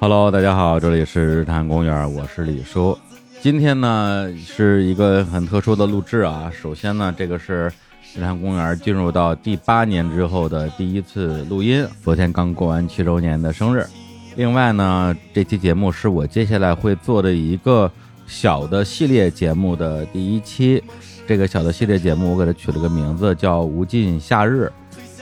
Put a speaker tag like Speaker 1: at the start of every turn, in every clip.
Speaker 1: Hello，大家好，这里是日坛公园，我是李叔。今天呢是一个很特殊的录制啊。首先呢，这个是日坛公园进入到第八年之后的第一次录音，昨天刚过完七周年的生日。另外呢，这期节目是我接下来会做的一个小的系列节目的第一期。这个小的系列节目，我给它取了个名字叫《无尽夏日》。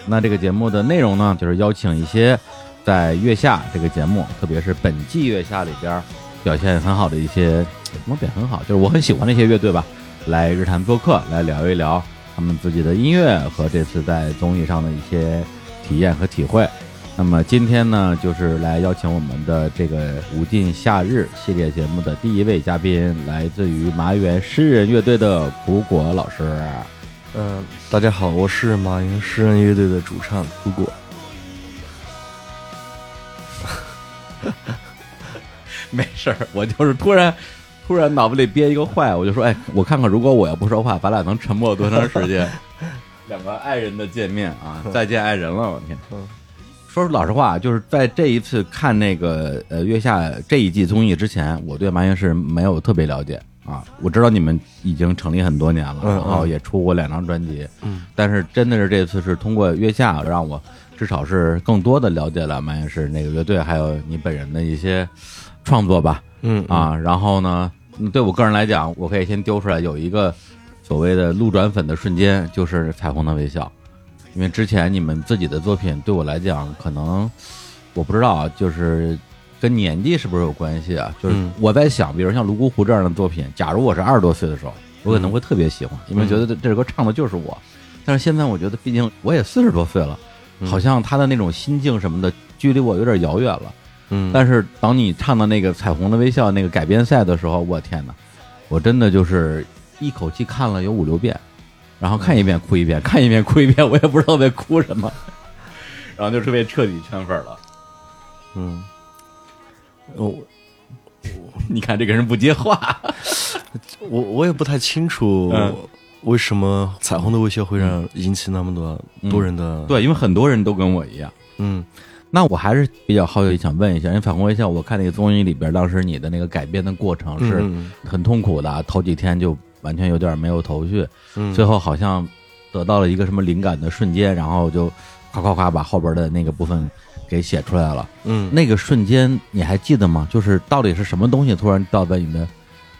Speaker 1: 那这个节目的内容呢，就是邀请一些在月下这个节目，特别是本季月下里边儿表现很好的一些，什么表现很好，就是我很喜欢的一些乐队吧，来日坛做客，来聊一聊他们自己的音乐和这次在综艺上的一些体验和体会。那么今天呢，就是来邀请我们的这个《无尽夏日》系列节目的第一位嘉宾，来自于麻园诗人乐队的古果老师。
Speaker 2: 嗯、大家好，我是马云诗人乐队的主唱胡果。
Speaker 1: 没事儿，我就是突然突然脑子里憋一个坏，我就说，哎，我看看如果我要不说话，咱俩能沉默多长时间？两个爱人的见面啊，再见爱人了，我天！
Speaker 2: 嗯
Speaker 1: 说老实话，就是在这一次看那个呃月下这一季综艺之前，我对麻原是没有特别了解啊。我知道你们已经成立很多年了，
Speaker 2: 嗯嗯
Speaker 1: 然后也出过两张专辑，
Speaker 2: 嗯，
Speaker 1: 但是真的是这次是通过月下让我至少是更多的了解了麻原是那个乐队，还有你本人的一些创作吧。
Speaker 2: 嗯，
Speaker 1: 啊，然后呢，嗯对我个人来讲，我可以先丢出来有一个所谓的路转粉的瞬间，就是《彩虹的微笑》，因为之前你们自己的作品对我来讲，可能我不知道啊，就是跟年纪是不是有关系啊？就是
Speaker 2: 嗯
Speaker 1: 我在想，比如像泸沽湖这样的作品，假如我是二十多岁的时候，我
Speaker 2: 嗯
Speaker 1: 可能会特别喜欢，因为觉得这这首歌唱的就是我。但是现在我觉得，毕竟我也四十多岁了，
Speaker 2: 嗯
Speaker 1: 好像他的那种心境什么的，距离我有点遥远了。
Speaker 2: 嗯，
Speaker 1: 但是当你唱到那个《彩虹的微笑》那个改编赛的时候，我天哪，我真的就是一口气看了有五六遍，然后看一遍哭一遍，看一遍哭一遍，我也不知道在哭什么， 然后就是被彻底圈粉了。
Speaker 2: 嗯，我
Speaker 1: 你看这个人不接话，
Speaker 2: 我我也不太清楚
Speaker 1: 嗯
Speaker 2: 为什么《彩虹的微笑》会让引起那么多、
Speaker 1: 嗯
Speaker 2: 多人的，
Speaker 1: 对，因为很多人都跟我一样。
Speaker 2: 嗯
Speaker 1: 那我还是比较好奇，想问一下，因为《彩虹微笑》，我看那个综艺里边，当时你的那个改编的过程
Speaker 2: 嗯
Speaker 1: 是
Speaker 2: 嗯
Speaker 1: 很痛苦的，啊头几天就完全有点没有头绪。
Speaker 2: 嗯
Speaker 1: 最后好像得到了一个什么灵感的瞬间，然后就咔咔咔把后边的那个部分给写出来了。
Speaker 2: 嗯
Speaker 1: 那个瞬间你还记得吗？就是到底是什么东西突然倒在你的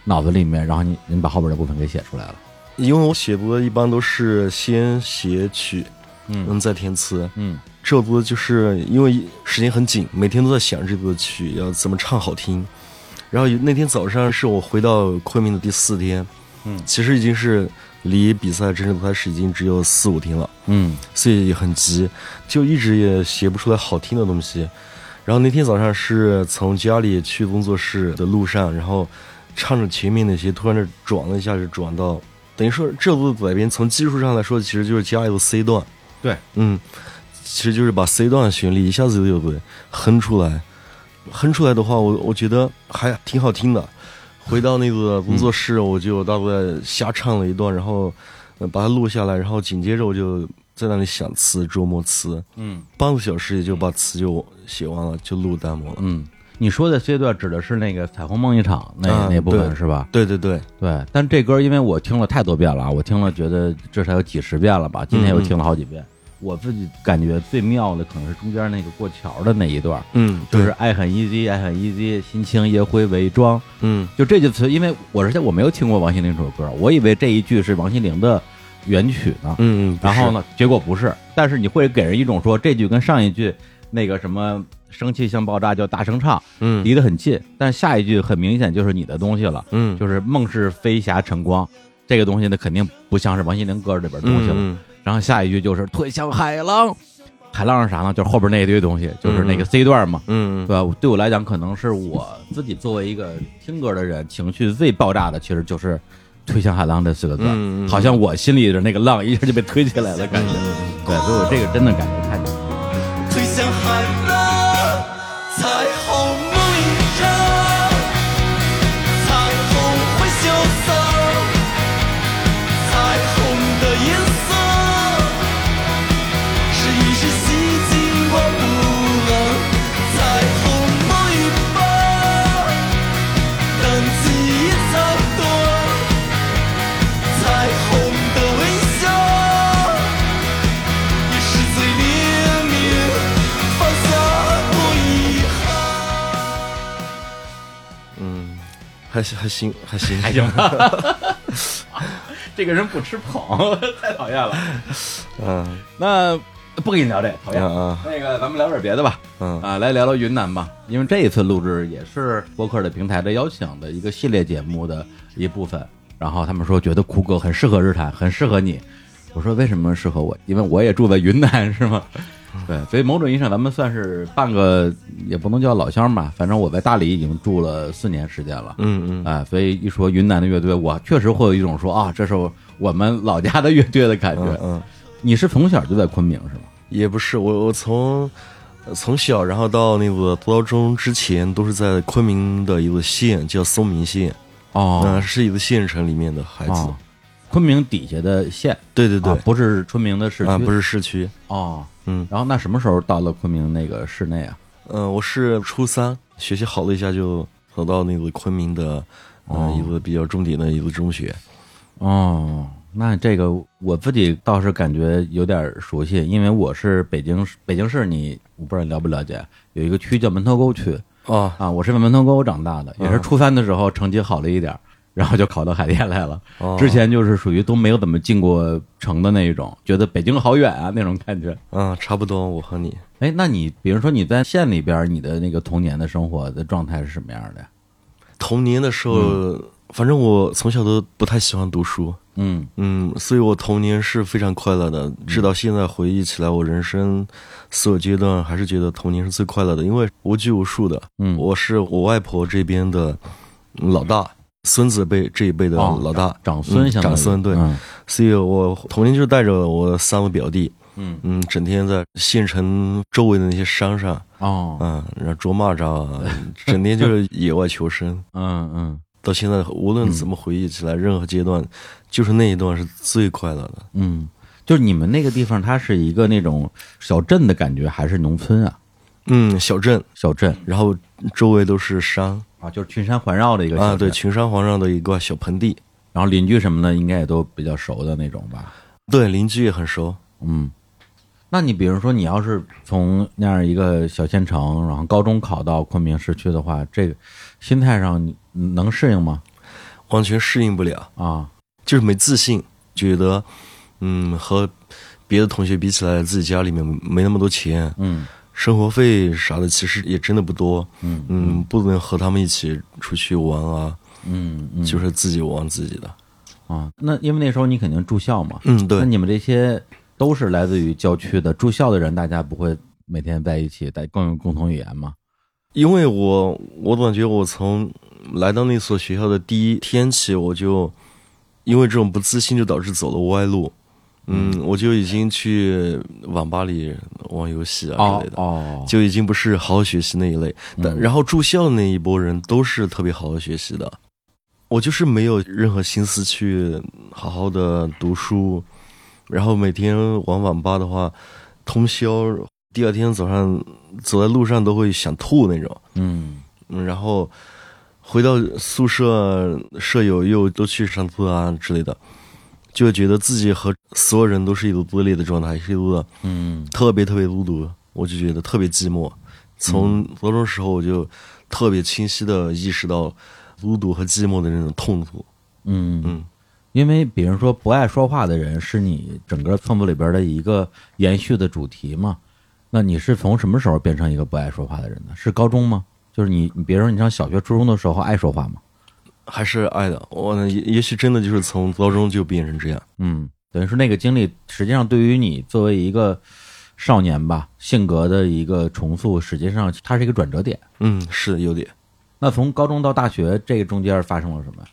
Speaker 1: 脑子里面，然后你你把后边的部分给写出来了？
Speaker 2: 因为我写歌一般都是先写曲，
Speaker 1: 嗯
Speaker 2: 嗯，再填词。
Speaker 1: 嗯
Speaker 2: 这首歌就是因为时间很紧，每天都在想这部曲要怎么唱好听。然后有那天早上是我回到昆明的第四天，
Speaker 1: 嗯
Speaker 2: 其实已经是离比赛正式开始已经只有四五天了，
Speaker 1: 嗯
Speaker 2: 所以很急，就一直也写不出来好听的东西。然后那天早上是从家里去工作室的路上，然后唱着前面那些，突然就转了一下，就转到等于说这部改编从技术上来说，其实就是加了一个 C 段。
Speaker 1: 对，
Speaker 2: 嗯，其实就是把 C 段旋律一下子就给哼出来，哼出来的话，我我觉得还挺好听的。回到那个工作室，我就大概瞎唱了一段，然后呃把它录下来，然后紧接着我就在那里想词、琢磨词，
Speaker 1: 嗯
Speaker 2: 半个小时也就把词就写完了，就录弹幕了。
Speaker 1: 嗯。你说的这段指的是那个《彩虹梦一场》那、
Speaker 2: 啊
Speaker 1: 那部分
Speaker 2: 对
Speaker 1: 是吧？
Speaker 2: 对对对，
Speaker 1: 对，但这歌因为我听了太多遍了啊，我听了觉得至少有几十遍了吧，今
Speaker 2: 嗯
Speaker 1: 天又听了好几遍。我自己感觉最妙的可能是中间那个过桥的那一段，
Speaker 2: 嗯，
Speaker 1: 就是
Speaker 2: 对，
Speaker 1: 爱很 easy，爱很 easy，心情夜辉伪装，
Speaker 2: 嗯
Speaker 1: 就这句词，因为我之前我没有听过王心凌这首歌，我以为这一句是王心凌的原曲呢。
Speaker 2: 嗯，嗯
Speaker 1: 然后？呢，结果不是，但是你会给人一种说这句跟上一句那个什么生气像爆炸叫大声唱
Speaker 2: 不是嗯
Speaker 1: 离得很近，但下一句很明显就是你的东西了。
Speaker 2: 嗯，
Speaker 1: 就是梦是飞霞晨光，这个东西呢肯定不像是王心凌歌里边的东西了。
Speaker 2: 嗯
Speaker 1: 然后下一句就是退向海浪，海浪是啥呢？就是后边那一堆东西，就是那个
Speaker 2: 嗯
Speaker 1: C 段嘛，
Speaker 2: 嗯
Speaker 1: 对吧？对我来讲，可能是我自己作为一个听歌的人，情绪最爆炸的其实就是“推向海浪”这四个字，
Speaker 2: 嗯嗯嗯
Speaker 1: 好像我心里的那个浪一下就被推起来了，感觉。对，所以我这个真的感觉太。
Speaker 3: 推向海浪，彩虹梦一场，彩虹会潇洒，彩虹的颜色是一世袭进我不冷，彩虹梦一场，
Speaker 2: 还行还行还行
Speaker 1: 还行吧。这个人不吃捧，太讨厌了。
Speaker 2: 嗯
Speaker 1: 那不跟你聊这，讨厌。
Speaker 2: 嗯嗯
Speaker 1: 那个，咱们聊点别的吧。
Speaker 2: 嗯
Speaker 1: 啊，来聊聊云南吧，因为这一次录制也是播客的平台的邀请的一个系列节目的一部分。然后他们说觉得酷狗很适合日产，很适合你。我说为什么适合我？因为我也住在云南， 是吗？对，所以某种意义上咱们算是半个，也不能叫老乡吧，反正我在大理已经住了四年时间了。
Speaker 2: 嗯嗯，
Speaker 1: 啊，所以一说云南的乐队，我确实会有一种说啊，这是我们老家的乐队的感觉。
Speaker 2: 嗯嗯，
Speaker 1: 你是从小就在昆明是吗？
Speaker 2: 也不是我我从呃从小然后到那个读高中之前都是在昆明的一个县叫松明县，
Speaker 1: 哦
Speaker 2: 嗯、是一个县城里面的孩子，
Speaker 1: 哦昆明底下的县，
Speaker 2: 对对对，
Speaker 1: 啊不是昆明的市区，
Speaker 2: 啊不是市区，
Speaker 1: 哦。
Speaker 2: 嗯
Speaker 1: 然后那什么时候到了昆明那个市内啊？
Speaker 2: 嗯、呃我是初三学习好了一下就考到那个昆明的。嗯，
Speaker 1: 哦
Speaker 2: 一个比较重点的一个中学，嗯
Speaker 1: 哦，那这个我自己倒是感觉有点熟悉，因为我是北京市北京市你，我不知道你了不了解，有一个区叫门头沟区
Speaker 2: 哦，
Speaker 1: 啊，我是在门头沟长大的，
Speaker 2: 嗯
Speaker 1: 也是初三的时候成绩好了一点儿，然后就考到海淀来了。
Speaker 2: 哦
Speaker 1: 之前就是属于都没有怎么进过城的那一种，觉得北京好远啊那种感觉。
Speaker 2: 嗯，差不多，我和你，
Speaker 1: 哎，那你比如说你在县里边儿，你的那个童年的生活的状态是什么样的呀？
Speaker 2: 童年的时候，反正我从小都不太喜欢读书，
Speaker 1: 嗯，
Speaker 2: 嗯，所以我童年是非常快乐的。直到现在回忆起来，我人生所有阶段还是觉得童年是最快乐的，因为无拘无束的。
Speaker 1: 嗯
Speaker 2: 我是我外婆这边的老大，孙子辈这一辈的
Speaker 1: 哦
Speaker 2: 老大，
Speaker 1: 长孙
Speaker 2: 嗯
Speaker 1: 相当于
Speaker 2: 长孙对。
Speaker 1: 嗯
Speaker 2: 所以我童年就带着我三个表弟，
Speaker 1: 嗯
Speaker 2: 嗯，整天在县城周围的那些山上，
Speaker 1: 哦
Speaker 2: 嗯，然后捉蚂蚱啊，整天就是野外求生。
Speaker 1: 嗯嗯
Speaker 2: 到现在，无论怎么回忆起来，任何阶段，就是那一段是最快乐的。
Speaker 1: 嗯，就是你们那个地方，它是一个那种小镇的感觉，还是农村啊？
Speaker 2: 嗯，小镇，
Speaker 1: 小镇
Speaker 2: 然后周围都是山
Speaker 1: 啊，就是群山环绕的一个小镇
Speaker 2: 啊，对，群山环绕的一个小盆地，
Speaker 1: 然后邻居什么的，应该也都比较熟的那种吧？
Speaker 2: 对，邻居也很熟。
Speaker 1: 嗯，那你比如说，你要是从那样一个小县城，然后高中考到昆明市区的话，这个心态上你能适应吗？
Speaker 2: 完全适应不了，
Speaker 1: 啊，
Speaker 2: 就是没自信，觉得嗯和别的同学比起来，自己家里面没那么多钱，
Speaker 1: 嗯
Speaker 2: 生活费啥的其实也真的不多，
Speaker 1: 嗯
Speaker 2: 嗯，不能和他们一起出去玩啊，
Speaker 1: 嗯嗯，
Speaker 2: 就是自己玩自己的。
Speaker 1: 啊，那因为那时候你肯定住校嘛，
Speaker 2: 嗯，
Speaker 1: 那
Speaker 2: 对，
Speaker 1: 你们这些都是来自于郊区的住校的人，大家不会每天在一起，在共有共同语言吗？
Speaker 2: 因为我我感觉我从来到那所学校的第一天起，我就因为这种不自信，就导致走了歪路。嗯，我就已经去网吧里玩游戏啊
Speaker 1: 哦
Speaker 2: 之类的，
Speaker 1: 哦，
Speaker 2: 就已经不是好好学习那一类。但、然后住校的那一波人都是特别好好学习的，我就是没有任何心思去好好的读书，然后每天玩网吧的话，通宵，第二天早上走在路上都会想吐那种。
Speaker 1: 嗯
Speaker 2: 嗯，然后回到宿舍，舍友又都去上厕啊之类的，就会觉得自己和所有人都是一个割裂的状态，是一个
Speaker 1: 嗯
Speaker 2: 特别特别孤独，我就觉得特别寂寞。从高中时候我就特别清晰的意识到孤独和寂寞的那种痛苦。
Speaker 1: 嗯
Speaker 2: 嗯，
Speaker 1: 因为比如说不爱说话的人是你整个创作里边的一个延续的主题嘛，那你是从什么时候变成一个不爱说话的人呢？是高中吗？就是你，你比如说你上小学、初中的时候爱说话吗？
Speaker 2: 还是爱的，我呢也也许真的就是从高中就变成这样。
Speaker 1: 嗯，等于说那个经历，实际上对于你作为一个少年吧，性格的一个重塑，实际上它是一个转折点。
Speaker 2: 嗯，是的，有点。
Speaker 1: 那从高中到大学，这个中间发生了什么呀？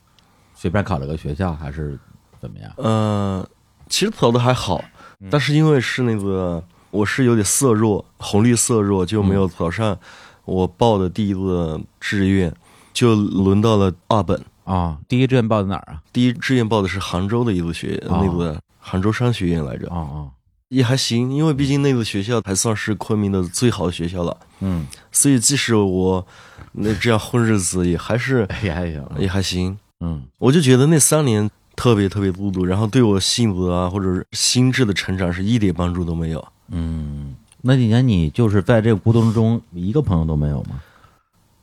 Speaker 1: 随便考了个学校还是怎么样？
Speaker 2: 呃，其实跑的还好，但是因为是那个我是有点色弱，红绿色弱，就没有考上我报的第一个志愿，就轮到了二本。
Speaker 1: 啊、第一志愿报在哪儿啊？
Speaker 2: 第一志愿报的是杭州的一个学，
Speaker 1: 哦
Speaker 2: 那个杭州商学院来着
Speaker 1: 啊、，哦、
Speaker 2: 也还行，因为毕竟那个学校还算是昆明的最好的学校了，
Speaker 1: 啊，嗯，
Speaker 2: 所以即使我那这样混日子，也还是
Speaker 1: 也还行，
Speaker 2: 也还行。
Speaker 1: 嗯
Speaker 2: 我就觉得那三年特别特别孤独，然后对我性格啊或者是心智的成长是一点帮助都没有。
Speaker 1: 嗯。那几年你就是 在这个孤独中一个朋友都没有吗？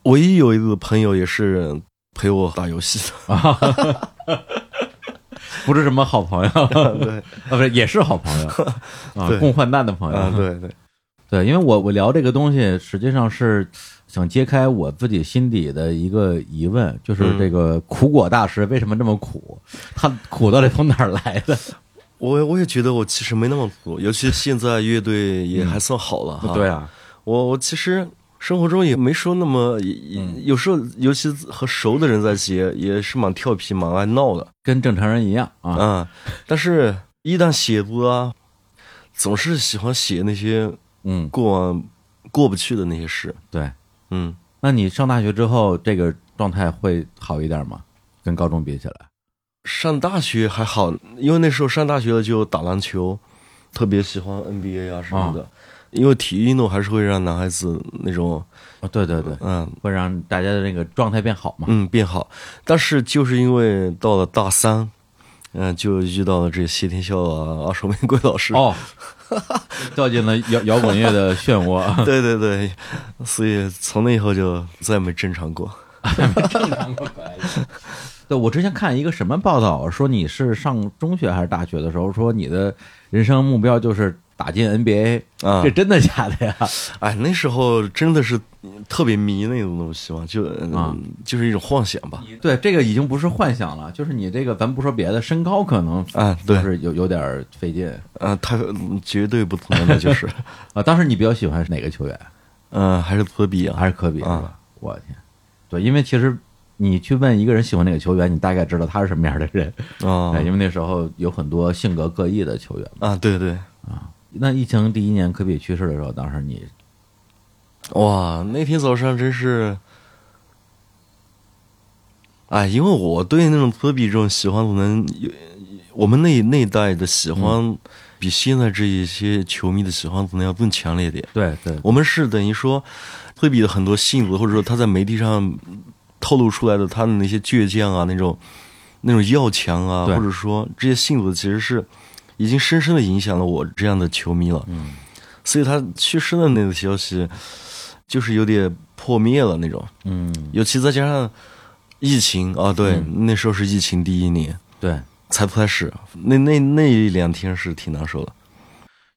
Speaker 2: 唯一有一个朋友也是陪我打游戏 的，
Speaker 1: 不是什么好朋友，啊，
Speaker 2: 对，
Speaker 1: 不是也是好朋 友啊，
Speaker 2: 对
Speaker 1: 共患难的朋友，
Speaker 2: 啊，对对，
Speaker 1: 对，因为我我聊这个东西，实际上是想揭开我自己心底的一个疑问，就是这个苦果大师为什么这么苦？他苦到底从哪儿来的？
Speaker 2: 我我也觉得我其实没那么苦，尤其现在乐队也还算好了 哈。
Speaker 1: 对啊，
Speaker 2: 我我其实生活中也没说那么，也也
Speaker 1: 嗯
Speaker 2: 有时候尤其和熟的人在一起，也也是蛮调皮、蛮爱闹的
Speaker 1: 跟正常人一样啊，
Speaker 2: 啊、但是，一旦写歌啊，总是喜欢写那些
Speaker 1: 嗯，
Speaker 2: 过往过不去的那些事。
Speaker 1: 对。
Speaker 2: 嗯，
Speaker 1: 那你上大学之后，这个状态会好一点吗？跟高中比起来，
Speaker 2: 上大学还好，因为那时候上大学了就打篮球，特别喜欢 NBA 啊什么的。因为体育运动还是会让男孩子那种，
Speaker 1: 哦，对对对，
Speaker 2: 嗯
Speaker 1: 会让大家的那个状态变好嘛？
Speaker 2: 嗯变好，但是就是因为到了大三，嗯、就遇到了这谢天笑啊、 二手玫瑰老师，
Speaker 1: 哦， 掉进了摇摇滚乐的漩涡，啊
Speaker 2: 对对对，所以从那以后就再没正常过。
Speaker 1: 对，我之前看一个什么报道，说你是上中学还是大学的时候，说你的人生目标就是打进 NBA，、
Speaker 2: 啊
Speaker 1: 这真的假的呀？
Speaker 2: 哎，那时候真的是特别迷那种东西嘛，就、嗯
Speaker 1: 啊
Speaker 2: 就是一种幻想吧。
Speaker 1: 对，这个已经不是幻想了，就是你这个，咱不说别的，身高可能
Speaker 2: 啊，对
Speaker 1: 就，是有有点儿费劲
Speaker 2: 啊，他绝对不可能 的，就是，
Speaker 1: 啊。当时你比较喜欢哪个球员？
Speaker 2: 嗯、还是科比啊，
Speaker 1: 还是科比？是
Speaker 2: 啊
Speaker 1: 吧？我天，对，因为其实你去问一个人喜欢哪个球员，你大概知道他是什么样的人，
Speaker 2: 啊
Speaker 1: 对因为那时候有很多性格各异的球员。
Speaker 2: 啊，对对，
Speaker 1: 那疫情第一年科比去世的时候，当时你
Speaker 2: 哇，那天早上真是，哎，因为我对那种科比这种喜欢，可能有我们那那一代的喜
Speaker 1: 嗯
Speaker 2: 欢，比现在这一些球迷的喜欢可能要更强烈一点。
Speaker 1: 对对
Speaker 2: 我们是等于说，科比的很多性格，或者说他在媒体上透露出来的他的那些倔强啊，那种那种要强啊，
Speaker 1: 对
Speaker 2: 或者说这些性格，其实是已经深深的影响了我这样的球迷了。嗯，所以他去世的那个消息，就是有点破灭了那种。
Speaker 1: 嗯
Speaker 2: 尤其再加上疫情啊，对，那时候是疫情第一年
Speaker 1: 对。
Speaker 2: 才开始，那那那两天是挺难受的。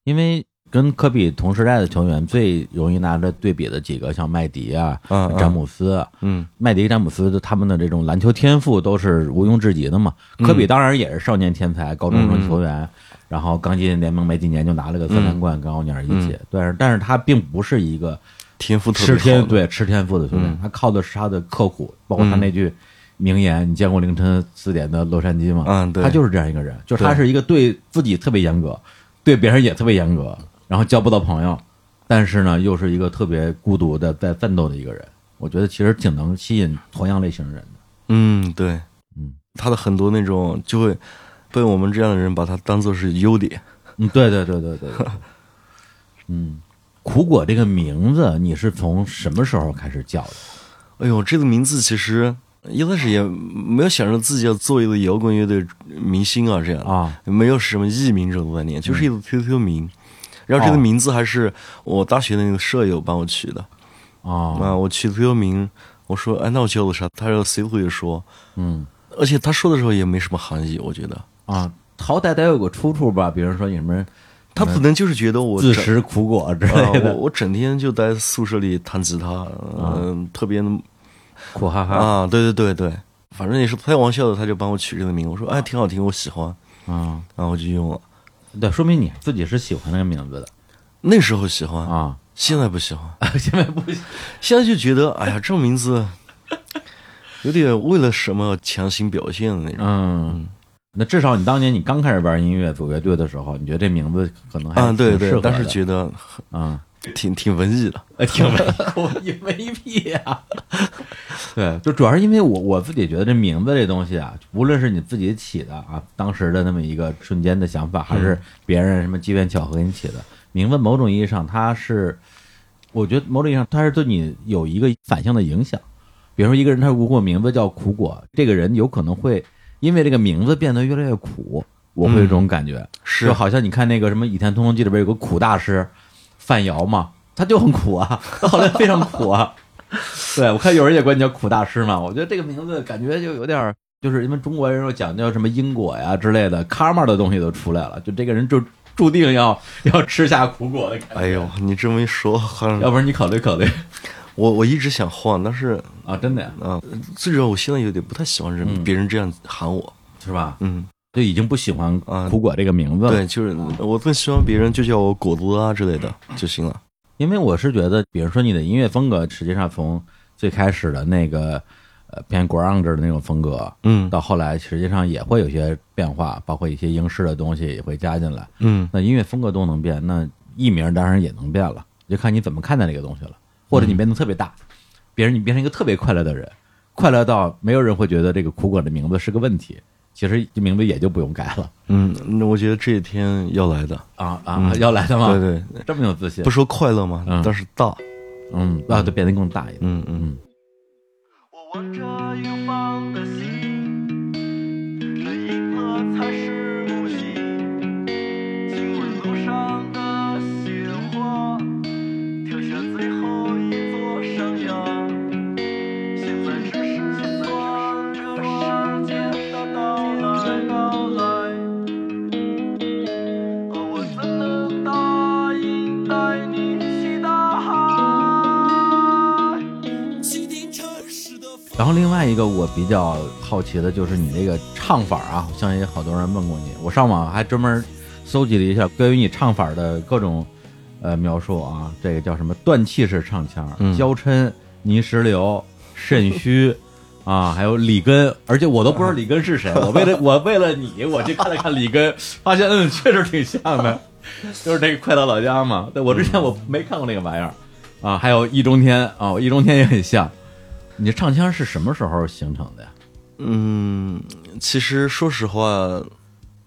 Speaker 1: 因为跟科比同时代的球员最容易拿着对比的几个，像麦迪啊、
Speaker 2: 嗯嗯
Speaker 1: 詹姆斯啊、
Speaker 2: 嗯，
Speaker 1: 麦迪、詹姆斯的他们的这种篮球天赋都是毋庸置疑的嘛。科比当然也是少年天才，高中生球员，然后刚进联盟没几年就拿了个三连冠，跟奥尼尔一起。但是，但是他并不是一个
Speaker 2: 天赋特别
Speaker 1: 吃
Speaker 2: 好。
Speaker 1: 天对吃天赋的球员，他靠的是他的刻苦，包括他那句。名言，你见过凌晨四点的洛杉矶吗？
Speaker 2: 嗯对
Speaker 1: 他就是这样一个人，就是他
Speaker 2: 对
Speaker 1: 是一个对自己特别严格，对别人也特别严格，然后交不到朋友，但是呢，又是一个特别孤独的在奋斗的一个人。我觉得其实挺能吸引同样类型人的。
Speaker 2: 嗯，对，
Speaker 1: 嗯，
Speaker 2: 他的很多那种就会被我们这样的人把它当做是优点。
Speaker 1: 嗯，对对对对对对。 嗯，苦果这个名字你是从什么时候开始叫的？
Speaker 2: 哎呦，这个名字其实一开始也没有想着自己要做一个摇滚乐队明星啊，这样
Speaker 1: 啊，嗯
Speaker 2: 没有什么艺名这种观念，就是一个 QQ 名。然后这个
Speaker 1: 哦
Speaker 2: 名字还是我大学的那个舍友帮我取的
Speaker 1: 哦，
Speaker 2: 啊，我取 QQ 名，我说哎，那我叫个啥？他说随口一说，
Speaker 1: 嗯
Speaker 2: 而且他说的时候也没什么含义，我觉得
Speaker 1: 啊，好歹得有个出处吧，比如说你们
Speaker 2: 他可能就是觉得我
Speaker 1: 自
Speaker 2: 整
Speaker 1: 食苦果之
Speaker 2: 啊，
Speaker 1: 类
Speaker 2: 我
Speaker 1: 的，
Speaker 2: 我整天就在宿舍里弹吉他，嗯、特别
Speaker 1: 苦哈哈
Speaker 2: 啊，对对对对，反正也是开玩笑的，他就帮我取这个名，我说哎挺好听，我喜欢，
Speaker 1: 啊。
Speaker 2: 然后我就用了。
Speaker 1: 对，说明你自己是喜欢那个名字的
Speaker 2: 那时候喜欢，
Speaker 1: 啊。
Speaker 2: 现在不喜欢，
Speaker 1: 现在不行
Speaker 2: 现在就觉得哎呀这名字有点为了什么强行表现的那种。
Speaker 1: 嗯，那至少你当年你刚开始玩音乐组乐队的时候，你觉得这名字可能还
Speaker 2: 啊，
Speaker 1: 嗯
Speaker 2: 对
Speaker 1: 哎挺适
Speaker 2: 对
Speaker 1: 合，
Speaker 2: 但是
Speaker 1: 的
Speaker 2: 觉得
Speaker 1: 啊，
Speaker 2: 挺挺文艺的。
Speaker 1: 呃挺 没过你没屁啊。对，就主要是因为我我自己觉得这名字这东西啊，无论是你自己起的啊，当时的那么一个瞬间的想法，还是别人什么机缘巧合给你起的名字，某种意义上它是，我觉得某种意义上它是对你有一个反向的影响。比如说一个人他如果名字叫苦果，这个人有可能会因为这个名字变得越来越苦，我会有这种感觉，
Speaker 2: 是
Speaker 1: 就好像你看那个什么《倚天屠龙记》里边有个苦大师范瑶嘛，他就很苦啊，他后来非常苦啊， 对，我看有人也管你叫苦大师嘛，我觉得这个名字感觉就有点儿，就是你们中国人又讲究什么因果呀之类的，karma 的东西都出来了，就这个人就注定要要吃下苦果的感觉。
Speaker 2: 哎呦，，你这么一说，好像
Speaker 1: 要不然你考虑考虑
Speaker 2: 我我一直想换，但是
Speaker 1: 啊，真的呀，
Speaker 2: 啊，最主要我现在有点不太喜欢人、
Speaker 1: 嗯
Speaker 2: 别人这样喊我，
Speaker 1: 是吧？
Speaker 2: 嗯，
Speaker 1: 就已经不喜欢
Speaker 2: 啊
Speaker 1: 苦果这个名字了。
Speaker 2: 对，就是我更希望别人就叫我果子啊之类的就行了。
Speaker 1: 因为我是觉得，比如说你的音乐风格，实际上从最开始的那个呃偏 grunge 的那种风格，
Speaker 2: 嗯
Speaker 1: 到后来实际上也会有些变化，包括一些英式的东西也会加进来。
Speaker 2: 嗯，
Speaker 1: 那音乐风格都能变，那艺名当然也能变了，就看你怎么看待这个东西了。或者你变得特别大，别人你变成一个特别快乐的人，快乐到没有人会觉得这个苦果的名字是个问题，其实这名字也就不用改了
Speaker 2: 嗯，那我觉得这一天要来的，
Speaker 1: 啊啊！要来的吗？
Speaker 2: 对对，
Speaker 1: 这么有自信
Speaker 2: 不，说快乐嘛，
Speaker 1: 嗯
Speaker 2: 但是大，
Speaker 1: 嗯啊，对，变得更大一点，
Speaker 2: 嗯嗯，
Speaker 3: 我望着远方的星，这银河才是母星。亲吻路上的雪花，跳下最后一座山崖。现在只是望着时间的到来，到来。而我怎能答应带你去大海？吸进城市的风。
Speaker 1: 然后另外一个我比较好奇的就是你这个唱法啊，我相信也好多人问过你。我上网还专门搜集了一下关于你唱法的各种呃描述啊，这个叫什么断气式唱腔、
Speaker 2: 嗯
Speaker 1: 娇嗔、泥石流、肾虚啊，还有里根，而且我都不知道里根是谁。我为了我为了你，我去看了看里根，发现嗯确实挺像的， 就是这个《快到老家》嘛。对我之前我没看过那个玩意儿啊，还有易中天啊，我易中天也很像。你这唱腔是什么时候形成的呀？
Speaker 2: 嗯，其实说实话，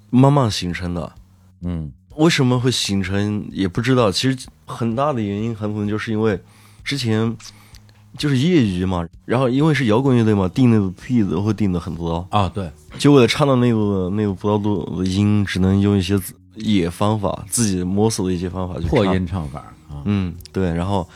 Speaker 2: 慢慢形成的。
Speaker 1: 嗯
Speaker 2: 为什么会形成也不知道，其实很大的原因很可能就是因为之前就是业余嘛，然后因为是摇滚乐队嘛，定那个 key 都会定的很高，
Speaker 1: 啊，对，
Speaker 2: 就为了唱到那个那个不到度的音，只能用一些自野方法，自己摸索的一些方法去
Speaker 1: 破
Speaker 2: 唱
Speaker 1: 音唱法啊，
Speaker 2: 嗯，对，然后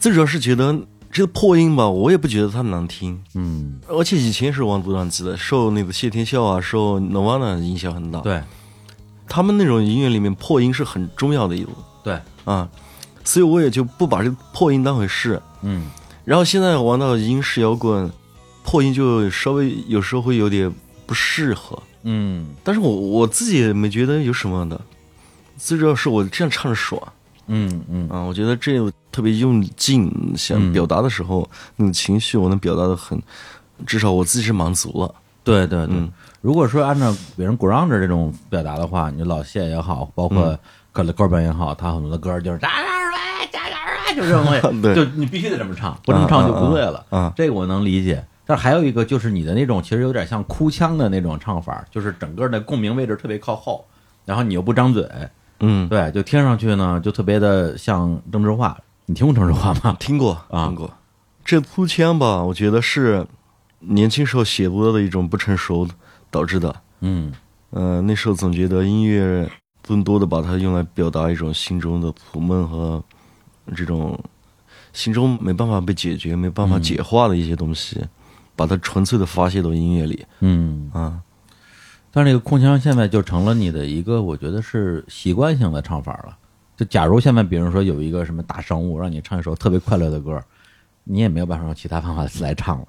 Speaker 2: 最主要是觉得这个破音吧，我也不觉得它难听，
Speaker 1: 嗯，
Speaker 2: 而且以前是玩独唱机的，受那个谢天笑啊，受 Nirvana 影响很大，
Speaker 1: 对
Speaker 2: 他们那种音乐里面破音是很重要的一种。
Speaker 1: 对，
Speaker 2: 啊，所以我也就不把这个破音当回事。
Speaker 1: 嗯
Speaker 2: 然后现在玩到英式摇滚，破音就稍微有时候会有点不适合，
Speaker 1: 嗯
Speaker 2: 但是我我自己也没觉得有什么的，最主要是我这样唱着爽
Speaker 1: 嗯嗯，
Speaker 2: 啊，我觉得这个特别用劲，想
Speaker 1: 嗯
Speaker 2: 表达的时候、那种情绪我能表达的很，至少我自己是满足了。
Speaker 1: 对对对
Speaker 2: 嗯。
Speaker 1: 如果说按照比如 grunge 这种表达的话，你老谢也好，包括克里哥本也好，他很多的歌就是啊加油加油就这 种东西，
Speaker 2: 对
Speaker 1: 啊就你必须得这么唱，不这么唱就不对了。
Speaker 2: 啊啊啊
Speaker 1: 这个我能理解。但是还有一个就是你的那种，其实有点像哭腔的那种唱法，就是整个的共鸣位置特别靠后，然后你又不张嘴，
Speaker 2: 嗯，
Speaker 1: 对，就听上去呢，就特别的像郑智化。你听过郑智化吗？
Speaker 2: 听过，
Speaker 1: 啊
Speaker 2: 听过。这哭腔吧，我觉得是年轻时候写歌的一种不成熟导致的。
Speaker 1: 嗯
Speaker 2: 呃，那时候总觉得音乐更多的把它用来表达一种心中的苦闷和这种心中没办法被解决、没
Speaker 1: 嗯
Speaker 2: 办法解化的一些东西，把它纯粹的发泄到音乐里
Speaker 1: 嗯，
Speaker 2: 啊。
Speaker 1: 但是这个空腔现在就成了你的一个，我觉得是习惯性的唱法了。就假如现在，比如说有一个什么大商务让你唱一首特别快乐的歌，你也没有办法用其他方法来唱了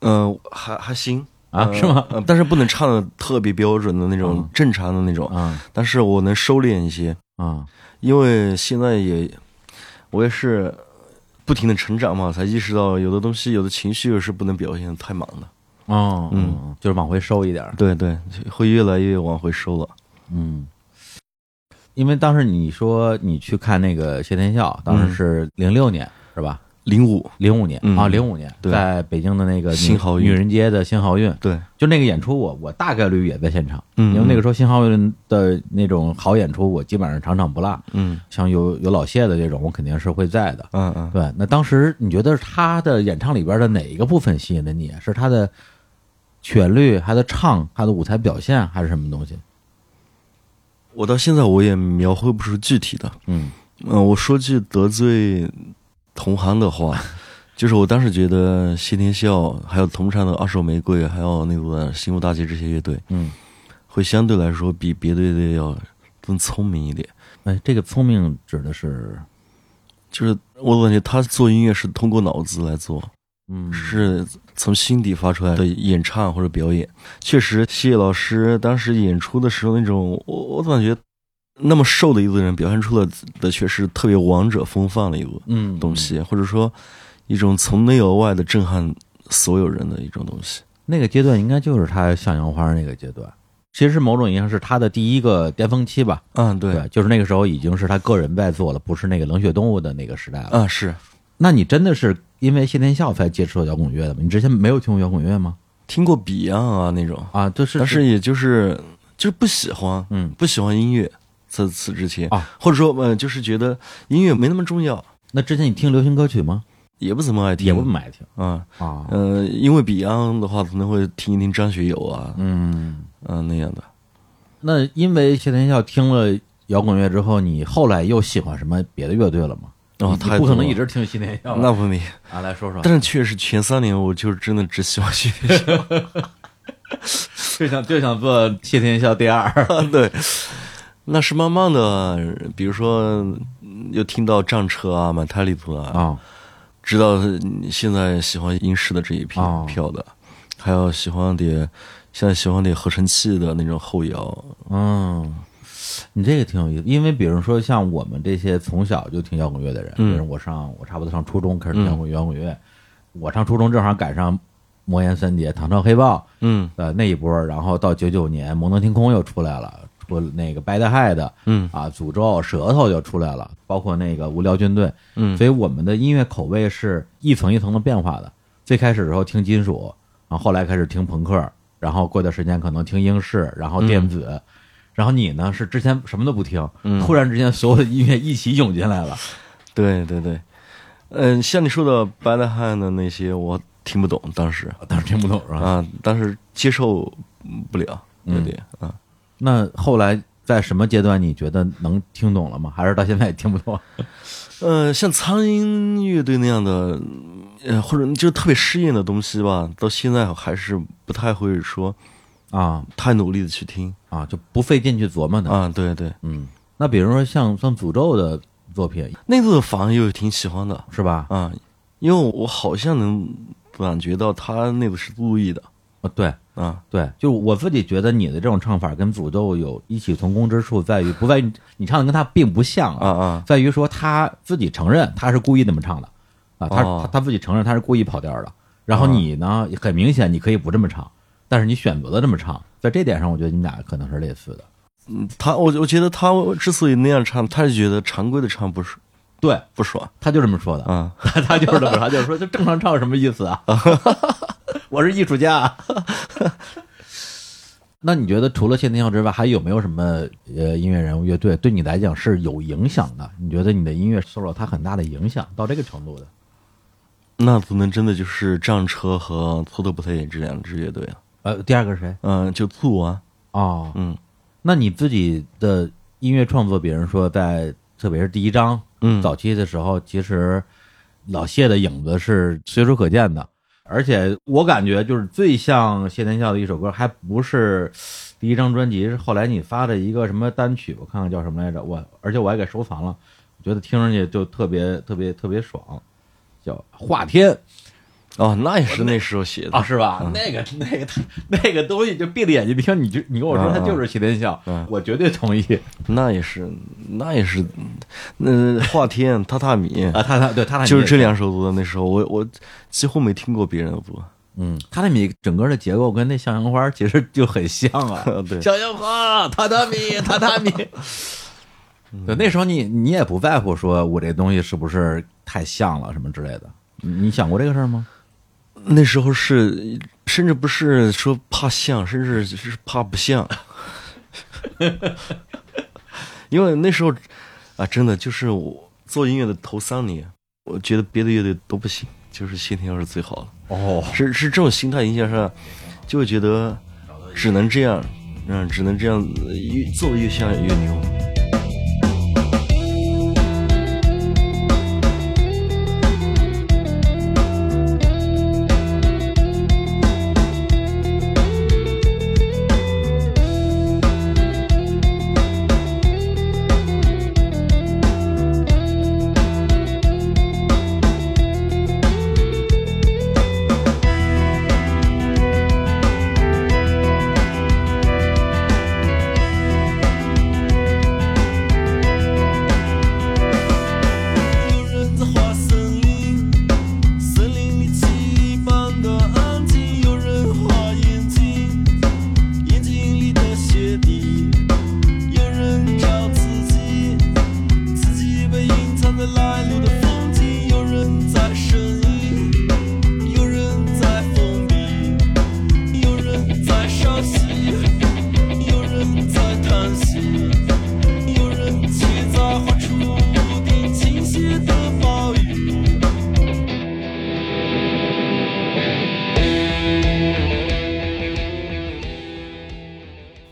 Speaker 2: 嗯、还还行
Speaker 1: 啊
Speaker 2: 呃
Speaker 1: 是吗
Speaker 2: 呃但是哦不能唱的特别标准的那种、
Speaker 1: 嗯
Speaker 2: 正常的那种，
Speaker 1: 啊
Speaker 2: 但是我能收敛一些，
Speaker 1: 啊！
Speaker 2: 因为现在也我也是不停的成长嘛，才意识到有的东西、有的情绪是不能表现得太满的。
Speaker 1: 哦，嗯，就是往回收一点儿。
Speaker 2: 对对，会越来越往回收了。
Speaker 1: 嗯，因为当时你说你去看那个谢天笑，当时
Speaker 2: 嗯
Speaker 1: 是零六年、是吧？
Speaker 2: 零五，
Speaker 1: 零五年、
Speaker 2: 嗯
Speaker 1: 啊，零五年
Speaker 2: 对
Speaker 1: 在北京的那个女
Speaker 2: 新好运
Speaker 1: 女人街的新好运，
Speaker 2: 对，
Speaker 1: 就那个演出我，我大概率也在现场，
Speaker 2: 嗯
Speaker 1: 因为那个时候新好运的那种好演出，我基本上场场不落。
Speaker 2: 嗯
Speaker 1: 像有有老谢的这种，我肯定是会在的。
Speaker 2: 嗯嗯，
Speaker 1: 对，那当时你觉得他的演唱里边的哪一个部分吸引了你？啊是他的旋律，他的唱，他的舞台表现，还是什么东西？
Speaker 2: 我到现在我也描绘不出具体的。
Speaker 1: 嗯
Speaker 2: 嗯、我说句得罪同行的话，就是我当时觉得谢天笑，还有同唱的二手玫瑰，还有那个新舞大街这些乐队，
Speaker 1: 嗯，
Speaker 2: 会相对来说比别的乐队要更聪明一点。
Speaker 1: 哎，这个聪明指的是，
Speaker 2: 就是我感觉他做音乐是通过脑子来做，
Speaker 1: 嗯
Speaker 2: 是从心底发出来的演唱或者表演。确实，谢老师当时演出的时候那种，我我感觉那么瘦的一个人表现出了的确实特别王者风范的一个
Speaker 1: 嗯
Speaker 2: 东。西，或者说一种从内而外的震撼所有人的一种东西。
Speaker 1: 那个阶段应该就是他向阳花那个阶段，其实某种意义上是他的第一个巅峰期吧。
Speaker 2: 嗯，对，
Speaker 1: 就是那个时候已经是他个人在做了，不是那个冷血动物的那个时代了。
Speaker 2: 啊是
Speaker 1: 那你真的是因为谢天笑才接触到摇滚乐的吗？你之前没有听过摇滚乐吗？
Speaker 2: 听过 Beyond 啊那种，
Speaker 1: 啊，就是
Speaker 2: 但是也就是就是不喜欢，
Speaker 1: 嗯
Speaker 2: 不喜欢音乐。在此之前
Speaker 1: 啊，
Speaker 2: 或者说，呃，就是觉得音乐没那么重要，
Speaker 1: 那之前你听流行歌曲吗？
Speaker 2: 也不怎么爱听，
Speaker 1: 也不怎么爱听
Speaker 2: 嗯啊，
Speaker 1: 啊。
Speaker 2: 呃，因为 Beyond 的话，可能会听一听张学友啊，
Speaker 1: 嗯，
Speaker 2: 嗯、那样的。
Speaker 1: 那因为谢天笑听了摇滚乐之后，你后来又喜欢什么别的乐队了吗？
Speaker 2: 哦
Speaker 1: 你
Speaker 2: 太
Speaker 1: 不可
Speaker 2: 多
Speaker 1: 能
Speaker 2: 了
Speaker 1: 一直听谢天笑吧。
Speaker 2: 那不没，
Speaker 1: 啊，来说说，
Speaker 2: 但是确实前三年我就真的只喜欢学习。
Speaker 1: 就想就想做谢天笑第二。
Speaker 2: 对，那是慢慢的，比如说嗯又听到战车啊、满泰利普啊，
Speaker 1: 啊
Speaker 2: 知道嗯现在喜欢英式的这一批
Speaker 1: 哦
Speaker 2: 票的，还有喜欢点现在喜欢点合成器的那种后摇，
Speaker 1: 嗯，你这个挺有意思，因为比如说像我们这些从小就听摇滚乐的人，
Speaker 2: 嗯
Speaker 1: 比如我上我差不多上初中开始听摇滚摇滚乐，我上初中正好赶上魔岩三杰、唐朝黑豹
Speaker 2: 嗯
Speaker 1: 呃那一波，然后到九九年摩登天空又出来了，出了那个 Bad Head
Speaker 2: 嗯
Speaker 1: 啊，诅咒舌头就出来了，包括那个无聊军队，
Speaker 2: 嗯
Speaker 1: 所以我们的音乐口味是一层一层的变化的。最开始的时候听金属，啊然后后来开始听朋克，然后过段时间可能听英式，然后电子。然后你呢？是之前什么都不听，
Speaker 2: 嗯
Speaker 1: 突然之间所有的音乐一起涌进来了。
Speaker 2: 对对对，嗯、像你说的白大汉的那些，我听不懂当时
Speaker 1: 当时听不懂是吧？
Speaker 2: 啊，当时接受不了，有点啊。
Speaker 1: 那后来在什么阶段你觉得能听懂了吗？还是到现在也听不懂？
Speaker 2: 呃，像苍蝇乐队那样的，呃，或者就是特别试验的东西吧，到现在还是不太会说
Speaker 1: 啊
Speaker 2: 太努力的去听
Speaker 1: 啊，就不费劲去琢磨的。
Speaker 2: 啊。对对，
Speaker 1: 嗯，那比如说像像诅咒的作品
Speaker 2: 那个反而又挺喜欢的
Speaker 1: 是吧？
Speaker 2: 啊，因为我好像能感觉到他那个是故意的
Speaker 1: 啊，对，
Speaker 2: 啊。
Speaker 1: 对，就是我自己觉得你的这种唱法跟诅咒有异曲同工之处，在于不在于你唱的跟他并不像
Speaker 2: 啊，啊，
Speaker 1: 在于说他自己承认他是故意那么唱的，啊，他、
Speaker 2: 哦
Speaker 1: 他他自己承认他是故意跑调的。然后你呢，很明显你可以不这么唱，但是你选择了这么唱，在这点上，我觉得你俩可能是类似的。
Speaker 2: 嗯他我我觉得他之所以那样唱，他是觉得常规的唱不爽
Speaker 1: 对，
Speaker 2: 不爽
Speaker 1: 他就这么说的，
Speaker 2: 啊。
Speaker 1: 他他就是这么说，他就是说，这正常唱有什么意思啊？ 我是艺术家啊。 那你觉得除了谢天笑之外，还有没有什么呃音乐人物乐队对你来讲是有影响的？你觉得你的音乐受了他很大的影响，到这个程度的？
Speaker 2: 那可能真的就是战车和托特不特也这两支乐队啊，
Speaker 1: 呃，第二个是谁？
Speaker 2: 嗯，就兔啊，
Speaker 1: 哦，
Speaker 2: 嗯
Speaker 1: 那你自己的音乐创作，比如说在特别是第一章
Speaker 2: 嗯，
Speaker 1: 早期的时候，其实老谢的影子是 随处可见的，而且我感觉就是最像谢天笑的一首歌，还不是 第一张专辑，是后来你发的一个什么单曲，我看看叫什么来着，我而且我还给收藏了，我觉得听上去就特别特别特别爽，叫化天
Speaker 2: 哦，那也是那时候写的
Speaker 1: 啊，，是吧？那个那个那个东西，就闭着眼睛听，你就你跟我说它就是谢天笑，
Speaker 2: 嗯
Speaker 1: 我绝对同意
Speaker 2: 那也是，那也是，那华天、榻榻 米，
Speaker 1: 啊，他他对他
Speaker 2: 就是这两首歌。那时候我我几乎没听过别人的 歌。。
Speaker 1: 嗯，榻榻米整个的结构跟那向阳花其实就很像啊
Speaker 2: 对
Speaker 1: 向阳花，榻 榻米，榻榻米。对，那时候你你也不在乎说我这东西是不是太像了什么之类的，你你想过这个事儿吗？
Speaker 2: 那时候是，甚至不是说怕像，甚至是怕不像， 因为那时候啊，真的就是我做音乐的头三年，我觉得别的乐队都不行，就是谢天笑是最好的。
Speaker 1: 哦，
Speaker 2: 是是这种心态影响上，就会觉得只能这样，嗯，只能这样，呃越做的越像越牛。
Speaker 4: Thank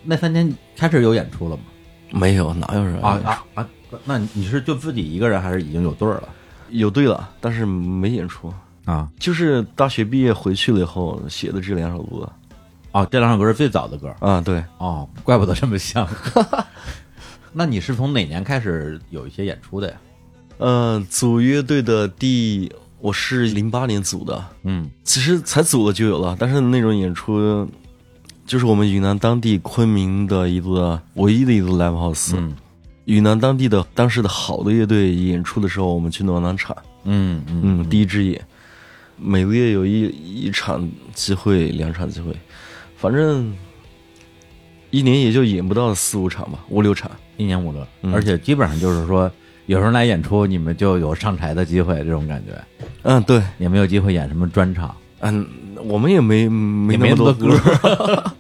Speaker 1: 那三天开始有演出了吗？
Speaker 2: 没有，哪有人
Speaker 1: 啊啊啊！那你是就自己一个人，还是已经有队儿了？
Speaker 2: 有对了，但是没演出。
Speaker 1: 啊
Speaker 2: 就是大学毕业回去了以后写的这两首歌
Speaker 1: 哦，这两首歌是最早的歌
Speaker 2: 啊，对，
Speaker 1: 哦，怪不得这么 像。那你是从哪年开始有一些演出的呀？
Speaker 2: 呃，组乐队的第，我是零八年组的，
Speaker 1: 嗯，
Speaker 2: 其实才组了就有了，但是那种演出，就是我们云南当地昆明的一个唯一的一个 live house，、
Speaker 1: 嗯
Speaker 2: 云南当地的当时的好的乐队演出的时候，我们去暖暖场，
Speaker 1: 嗯嗯
Speaker 2: 嗯，第一支演，每个月有一一场机会，两场机会，反正一年也就演不到四五场吧，五六场。
Speaker 1: 一年五轮，
Speaker 2: 嗯
Speaker 1: 而且基本上就是说，有人来演出，你们就有上台的机会，这种感觉，
Speaker 2: 嗯，对，
Speaker 1: 也没有机会演什么专场，
Speaker 2: 嗯，我们也没没
Speaker 1: 也
Speaker 2: 那
Speaker 1: 没
Speaker 2: 么多
Speaker 1: 歌。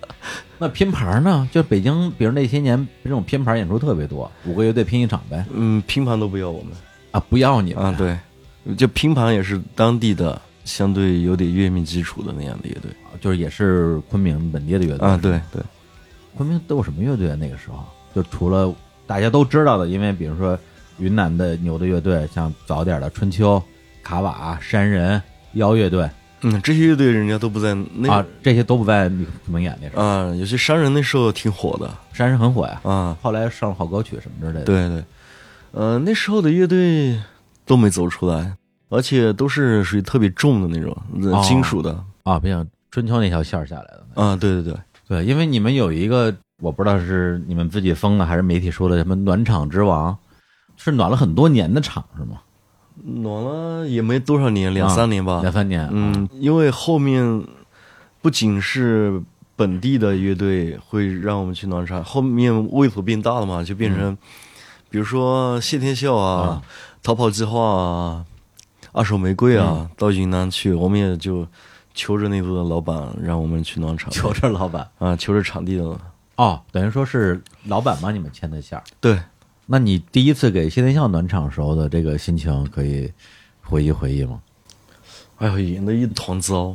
Speaker 1: 那拼盘呢？就北京，比如那些年这种拼盘演出特别多，五个乐队拼一场呗。
Speaker 2: 嗯，拼盘都不要我们
Speaker 1: 啊，不要你们
Speaker 2: 啊，对，就拼盘也是当地的相对有点乐迷基础的那样的乐队
Speaker 1: 就是也是昆明本地的乐队
Speaker 2: 啊，对对，
Speaker 1: 昆明都有什么乐队啊？那个时候就除了大家都知道的，因为比如说云南的牛的乐队，像早点的春秋、卡瓦、山人、妖乐队
Speaker 2: 嗯，这些乐队人家都不在那
Speaker 1: 啊，这些都不在昆明演那时候，
Speaker 2: 啊，有些商人那时候挺火的
Speaker 1: 山人很火呀。
Speaker 2: 啊，
Speaker 1: 后来上了好歌曲什么之类的。
Speaker 2: 对对，呃，那时候的乐队都没走出来，而且都是属于特别重的那种、呃
Speaker 1: 哦
Speaker 2: 金属的
Speaker 1: 啊，不像春秋那条线儿下来的。
Speaker 2: 啊，对对对，
Speaker 1: 对，因为你们有一个，我不知道是你们自己封的还是媒体说的什么“暖场之王”，是暖了很多年的场是吗？
Speaker 2: 暖了也没多少年，两三年
Speaker 1: 嗯
Speaker 2: 吧，
Speaker 1: 两三年。啊，
Speaker 2: 嗯，因为后面不仅是本地的乐队会让我们去暖场，后面胃口变大了嘛，就变成，
Speaker 1: 嗯
Speaker 2: 比如说谢天笑啊、逃跑计划啊、二手玫瑰啊，
Speaker 1: 嗯
Speaker 2: 到云南去，我们也就求着那个老板让我们去暖场，
Speaker 1: 求着老板
Speaker 2: 啊，求着场地的，
Speaker 1: 哦，等于说是老板帮你们牵的线儿。
Speaker 2: 对，
Speaker 1: 那你第一次给谢天笑暖场时候的这个心情，可以回忆回忆吗？
Speaker 2: 哎呦，演的一 团糟，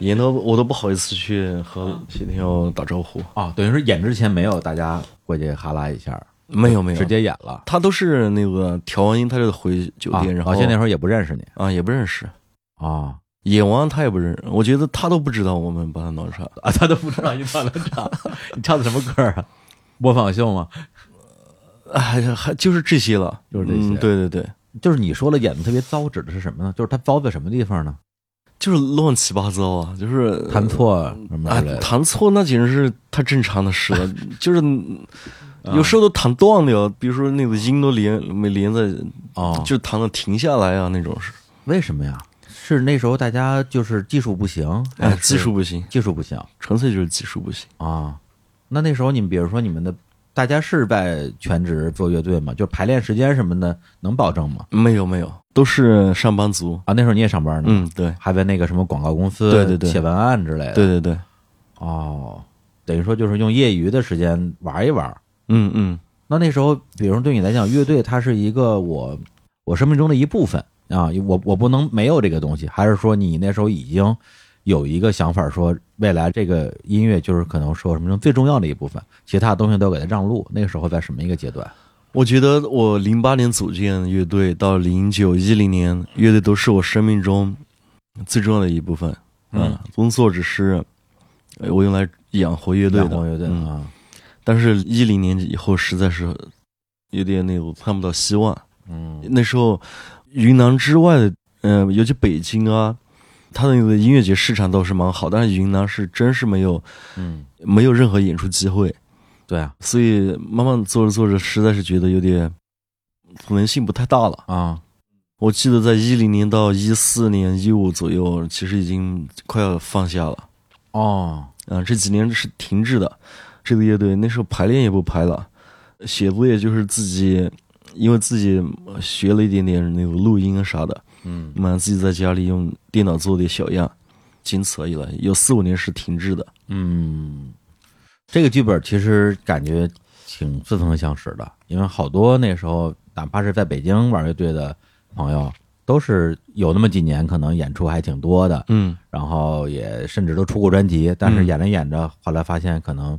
Speaker 2: 演的我都不好意思去
Speaker 1: 嗯
Speaker 2: 和谢天笑打招呼，
Speaker 1: 哦，等于说演之前没有大家过去哈拉一下，
Speaker 2: 没有没有
Speaker 1: 直。接演了。
Speaker 2: 他都是那个调完音，他就回酒
Speaker 1: 啊
Speaker 2: 店，然后
Speaker 1: 哦谢那会儿也不认识你
Speaker 2: 啊，也不认识，
Speaker 1: 啊
Speaker 2: 演完他也不认识，我觉得他都不知道我们把他闹啥。
Speaker 1: 啊，他都不知道你暖了场，你唱的 什么歌啊？模仿秀吗？
Speaker 2: 哎呀，还就是这些了，
Speaker 1: 就是这些
Speaker 2: 嗯对对对，
Speaker 1: 就是你说了演的特别糟，指的是什么呢？就是他糟在什么地方呢？
Speaker 2: 就是乱七八糟啊，就是
Speaker 1: 弹错什么
Speaker 2: 啊
Speaker 1: 之类，的。
Speaker 2: 弹错那简直是太正常的 事了，就是
Speaker 1: 嗯
Speaker 2: 有时候都弹断了，比如说那个音都连没连在，
Speaker 1: 哦，
Speaker 2: 就弹的停下来啊那种事。
Speaker 1: 为什么呀？是那时候大家就是技术不行，
Speaker 2: 哎
Speaker 1: 还，是
Speaker 2: 技术不行，
Speaker 1: 技术不行
Speaker 2: 纯粹就是技术不行。
Speaker 1: 啊。那那时候你们比如说你们的，大家是在全职做乐队吗？就是排练时间什么的能保证吗？
Speaker 2: 没有没有，都是上班族。
Speaker 1: 啊，那时候你也上班呢，
Speaker 2: 嗯，对
Speaker 1: 还在那个什么广告公司
Speaker 2: 对对对
Speaker 1: 写文案之类的。
Speaker 2: 对对对，
Speaker 1: 哦，等于说就是用业余的时间玩一玩，
Speaker 2: 嗯嗯
Speaker 1: 那那时候，比如说对你来讲，乐队它是一个我我生命中的一部分啊，我我不能没有这个东西，还是说你那时候已经有一个想法，说未来这个音乐就是可能说什么中最重要的一部分，其他东西都给它让路。那个时候在什么一个阶段？
Speaker 2: 我觉得我零八年组建乐队到零九一零年，乐队都是我生命中最重要的一部分。
Speaker 1: 嗯
Speaker 2: 啊，工作只是呃我用来养活乐队
Speaker 1: 养活
Speaker 2: 的。
Speaker 1: 乐队
Speaker 2: 嗯
Speaker 1: 啊，
Speaker 2: 但是，一零年以后实在是有点那个看不到希望。
Speaker 1: 嗯
Speaker 2: 那时候，云南之外的，嗯，尤其北京啊，它的那个音乐节市场倒是蛮好，但是云南是真是没有
Speaker 1: 嗯，
Speaker 2: 没有任何演出机会。
Speaker 1: 对啊
Speaker 2: 所以慢慢做着做着，实在是觉得有点可能性不太大了。
Speaker 1: 啊
Speaker 2: 我记得在一零年到一四年、一五左右，其实已经快要放下了。
Speaker 1: 哦
Speaker 2: 啊，这几年是停滞的。这个乐队那时候排练也不排了，写作业就是自己，因为自己学了一点点那个录音啊啥的，
Speaker 1: 嗯
Speaker 2: 嘛自己在家里用电脑做点小样，仅此而已了。有四五年是停滞的。
Speaker 1: 嗯，这个剧本其实感觉挺似曾相识的，因为好多那时候哪怕是在北京玩乐队的朋友，都是有那么几年可能演出还挺多的，
Speaker 2: 嗯，
Speaker 5: 嗯
Speaker 1: 然后也甚至都出过专辑，但是演着演着，后来发现可能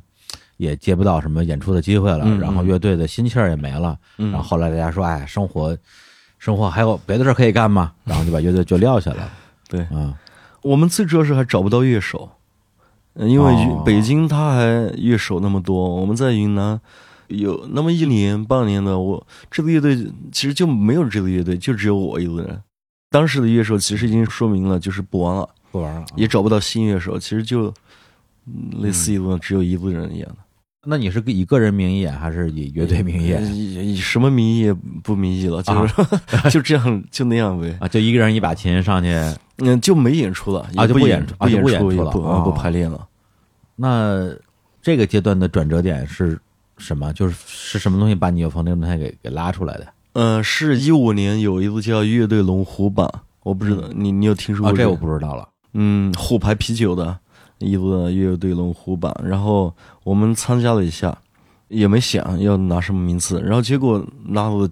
Speaker 1: 也接不到什么演出的机会了，
Speaker 5: 嗯
Speaker 1: 然后乐队的心气儿也没了。
Speaker 5: 嗯
Speaker 1: 然后后来大家说，哎，生活生活还有别的事儿可以干吗？然后就把乐队就撂下 了。
Speaker 2: 对
Speaker 1: 啊，
Speaker 2: 我们最主要是还找不到乐手，呃因为
Speaker 1: 哦
Speaker 2: 北京他还乐手那么多，我们在云南有那么一年半年的，我这个乐队其实就没有这个乐队，就只有我一个人。当时的乐手其实已经说明了，就是不玩了，
Speaker 1: 不玩了啊。
Speaker 2: 也找不到新乐手，其实就嗯类似于只有一个人一样的。
Speaker 1: 那你是以个人名义演还是以乐队名义演
Speaker 2: 以以什么名义也不名义了，就是说、 就这样就那样呗。
Speaker 1: 啊？就一个人一把琴上去。
Speaker 2: 嗯，就没演出了，也
Speaker 1: 啊就不
Speaker 2: 不
Speaker 1: 演出
Speaker 2: 出，
Speaker 1: 啊就
Speaker 2: 演
Speaker 1: 不演出
Speaker 2: 也
Speaker 1: 了
Speaker 2: 不
Speaker 1: 哦
Speaker 2: 不排练了。
Speaker 1: 那这个阶段的转折点是什么？就是是什么东西把你从那个状态给给拉出来的？
Speaker 2: 嗯，是一五年有一个叫乐队龙虎榜，我不知道你你有听说
Speaker 1: 啊，
Speaker 2: 过
Speaker 1: 这
Speaker 2: 个
Speaker 1: 我不知道了。
Speaker 2: 嗯，虎牌啤酒的一个乐队龙虎榜，然后我们参加了一下，也没想要拿什么名次，然后结果拿了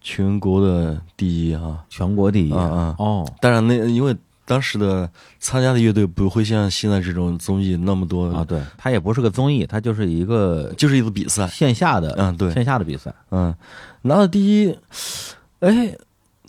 Speaker 2: 全国的第一啊！
Speaker 1: 全国第一
Speaker 2: 啊啊
Speaker 1: 哦，
Speaker 2: 当然那因为当时的参加的乐队不会像现在这种综艺那么多
Speaker 1: 啊，，对，它也不是个综艺，它就是一个
Speaker 2: 就是一个比赛。
Speaker 1: 线下的，
Speaker 2: 嗯，对，
Speaker 1: 线下的比赛。
Speaker 2: 嗯，拿了第一，哎，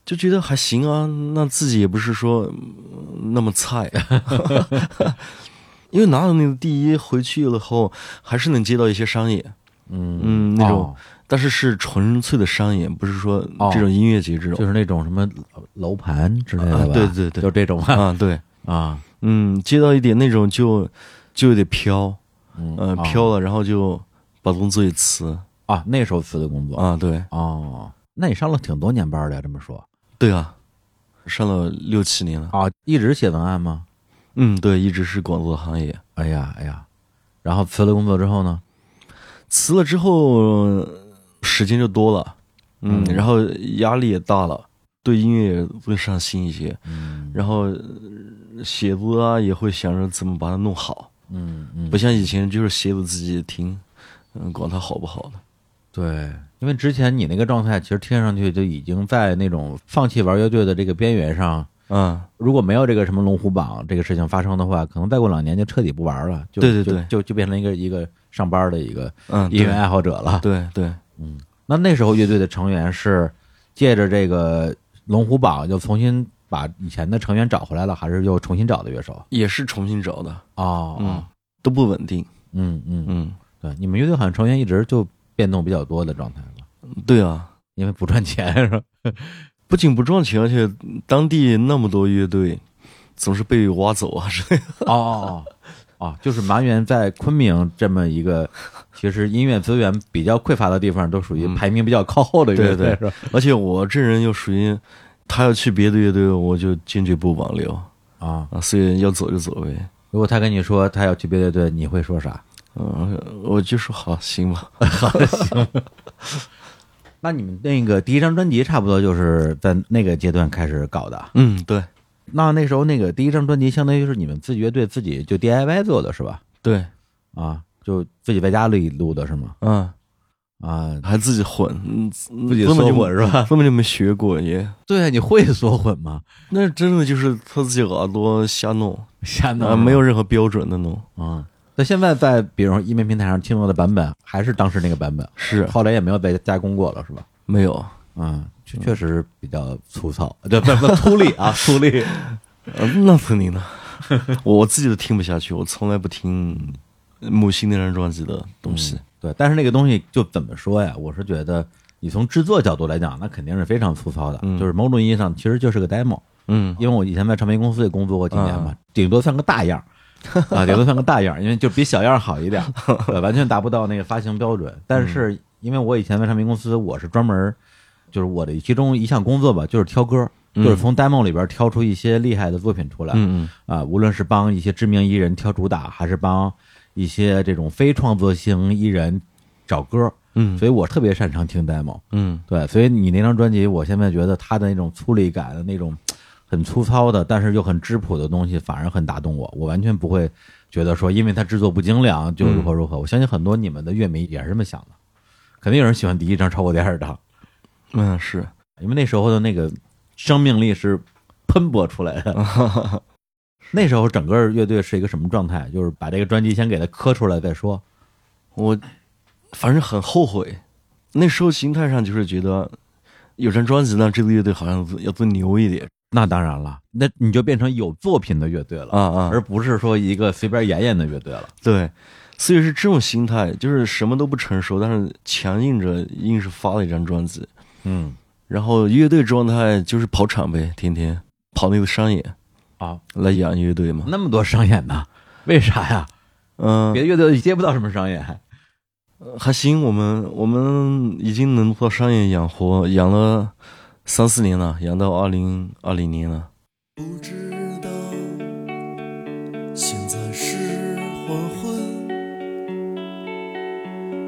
Speaker 2: 就觉得还行啊。那自己也不是说嗯那么菜，啊 因为拿了那个第一回去了后，还是能接到一些商业，
Speaker 1: 嗯
Speaker 2: 嗯那种
Speaker 1: 哦
Speaker 2: 但是是纯粹的商业，不是说
Speaker 1: 哦
Speaker 2: 这种音乐节这种。
Speaker 1: 就是那种什么楼盘之类的
Speaker 2: 啊
Speaker 1: 吧？
Speaker 2: 对对对
Speaker 1: 就这种吧。
Speaker 2: 啊，对，
Speaker 1: 啊，
Speaker 2: 嗯，接到一点那种就就有点飘，
Speaker 1: 嗯
Speaker 2: 呃，
Speaker 1: 哦
Speaker 2: 飘了，然后就把工作给辞
Speaker 1: 啊，那时候辞的工作
Speaker 2: 啊，对
Speaker 1: 哦，那你上了挺多年班的呀，这么说
Speaker 2: 对啊，上了六七年了，
Speaker 1: 啊，一直写文案吗？
Speaker 2: 嗯，对，一直是广告行业，
Speaker 1: 哎呀哎呀，然后辞了工作之后呢？
Speaker 2: 辞了之后呃时间就多了，嗯，
Speaker 1: 嗯
Speaker 2: 然后压力也大了，对音乐也更上心一些，
Speaker 1: 嗯
Speaker 2: 然后呃写歌啊也会想着怎么把它弄好，
Speaker 1: 嗯嗯
Speaker 2: 不，像以前就是写给自己听，嗯，管它好不好的。
Speaker 1: 对，因为之前你那个状态，其实听上去就已经在那种放弃玩乐队的这个边缘上。
Speaker 2: 嗯，
Speaker 1: 如果没有这个什么龙虎榜这个事情发生的话，可能再过两年就彻底不玩了，就
Speaker 2: 对对对
Speaker 1: 就就就变成一个一个上班的一个
Speaker 2: 嗯，
Speaker 1: 音乐
Speaker 2: 对
Speaker 1: 爱好者了。
Speaker 2: 对对，
Speaker 1: 那那时候乐队的成员是借着这个龙虎榜又重新把以前的成员找回来了，还是又重新找的乐手？
Speaker 2: 也是重新找的，
Speaker 1: 哦，
Speaker 2: 嗯，都不稳定，
Speaker 1: 嗯嗯嗯，
Speaker 2: 嗯，
Speaker 1: 对，你们乐队好像成员一直就变动比较多的状态了，
Speaker 2: 对啊，
Speaker 1: 因为不赚钱是吧？
Speaker 2: 不仅不赚钱，而且当地那么多乐队，总是被挖走啊之 类的。
Speaker 1: 哦哦，哦，就是麻原在昆明这么一个其实音乐资源比较匮乏的地方，都属于排名比较靠后的乐队，
Speaker 2: 对
Speaker 1: 嗯是吧？
Speaker 2: 而且我这人又属于，他要去别的乐队，我就坚决不挽留
Speaker 1: 啊，
Speaker 2: 啊，所以要走就走呗。
Speaker 1: 如果他跟你说他要去别的乐队，你会说啥？
Speaker 2: 嗯，我就说好，行吧。
Speaker 1: 那你们那个第一张专辑差不多就是在那个阶段开始搞的啊，
Speaker 2: 嗯，对
Speaker 1: 那那时候那个第一张专辑相当于是你们自己乐队自己就 DIY 做的是吧？
Speaker 2: 对，
Speaker 1: 啊，就自己在家里录的是吗？
Speaker 2: 嗯，
Speaker 1: 啊，
Speaker 2: 还自己混，嗯，
Speaker 1: 自己
Speaker 2: 根本就嗯
Speaker 1: 缩混是吧
Speaker 2: 根本就没学过也。
Speaker 1: 对啊，你会缩混吗？
Speaker 2: 那真的就是他自己耳朵 瞎弄
Speaker 1: 瞎弄
Speaker 2: 啊，没有任何标准的弄。
Speaker 1: 啊。那现在在比如说音频平台上听到的版本，还是当时那个版本，
Speaker 2: 是啊
Speaker 1: 后来也没有再加工过了，是吧？
Speaker 2: 没有，
Speaker 1: 啊，确确实比较粗糙， 对，不不粗粝 啊，粗粝。
Speaker 2: 呃那肯定的。 我我自己都听不下去，我从来不听母星那张专辑的东西。
Speaker 1: 对，但是那个东西就怎么说呀？我是觉得，你从制作角度来讲，那肯定是非常粗糙的，
Speaker 2: 嗯
Speaker 1: 就是某种意义上其实就是个 demo。
Speaker 2: 嗯
Speaker 1: 因为我以前在唱片公司也工作过几年嘛，顶多算个大样儿啊，顶多算个大样儿，因为就比小样儿好一点儿，对完全达不到那个发行标准。但是因为我以前在唱片公司，我是专门儿就是我的其中一项工作吧，就是挑歌，就是从 demo 里边儿挑出一些厉害的作品出来。
Speaker 2: 嗯嗯嗯
Speaker 1: 啊，无论是帮一些知名艺人挑主打，还是帮一些这种非创作型艺人找歌，
Speaker 2: 嗯
Speaker 1: 所以我特别擅长听 demo。
Speaker 2: 嗯
Speaker 1: 对，所以你那张专辑，我现在觉得它的那种粗粝感的那种很粗糙的，但是又很质朴的东西，反而很打动我。我完全不会觉得说，因为它制作不精良就如何如何。我相信很多你们的乐迷也是这么想的，肯定有人喜欢第一张超过第二张，
Speaker 2: 嗯，是。
Speaker 1: 因为那时候的那个生命力是喷薄出来的。那时候整个乐队是一个什么状态？就是把这个专辑先给它磕出来再说。
Speaker 2: 我反正很后悔。那时候心态上就是觉得，有张专辑呢，这个乐队好像要做牛一点
Speaker 1: 那当然了，那你就变成有作品的乐队了，
Speaker 2: 啊啊！
Speaker 1: 而不是说一个随便演演的乐队了。
Speaker 2: 对，所以是这种心态，就是什么都不成熟，但是强硬着硬是发了一张专辑。
Speaker 1: 嗯
Speaker 2: 然后乐队状态就是跑场呗，天天跑那个商演
Speaker 1: 啊，
Speaker 2: 来养乐队嘛。
Speaker 1: 那么多商演呢， 为啥呀？
Speaker 2: 嗯
Speaker 1: 别，的乐队接不到什么商演，
Speaker 2: 还行，我们我们已经能靠商业养活，养了三四年了，养到二零二零年了。
Speaker 3: 不知道现在是黄昏，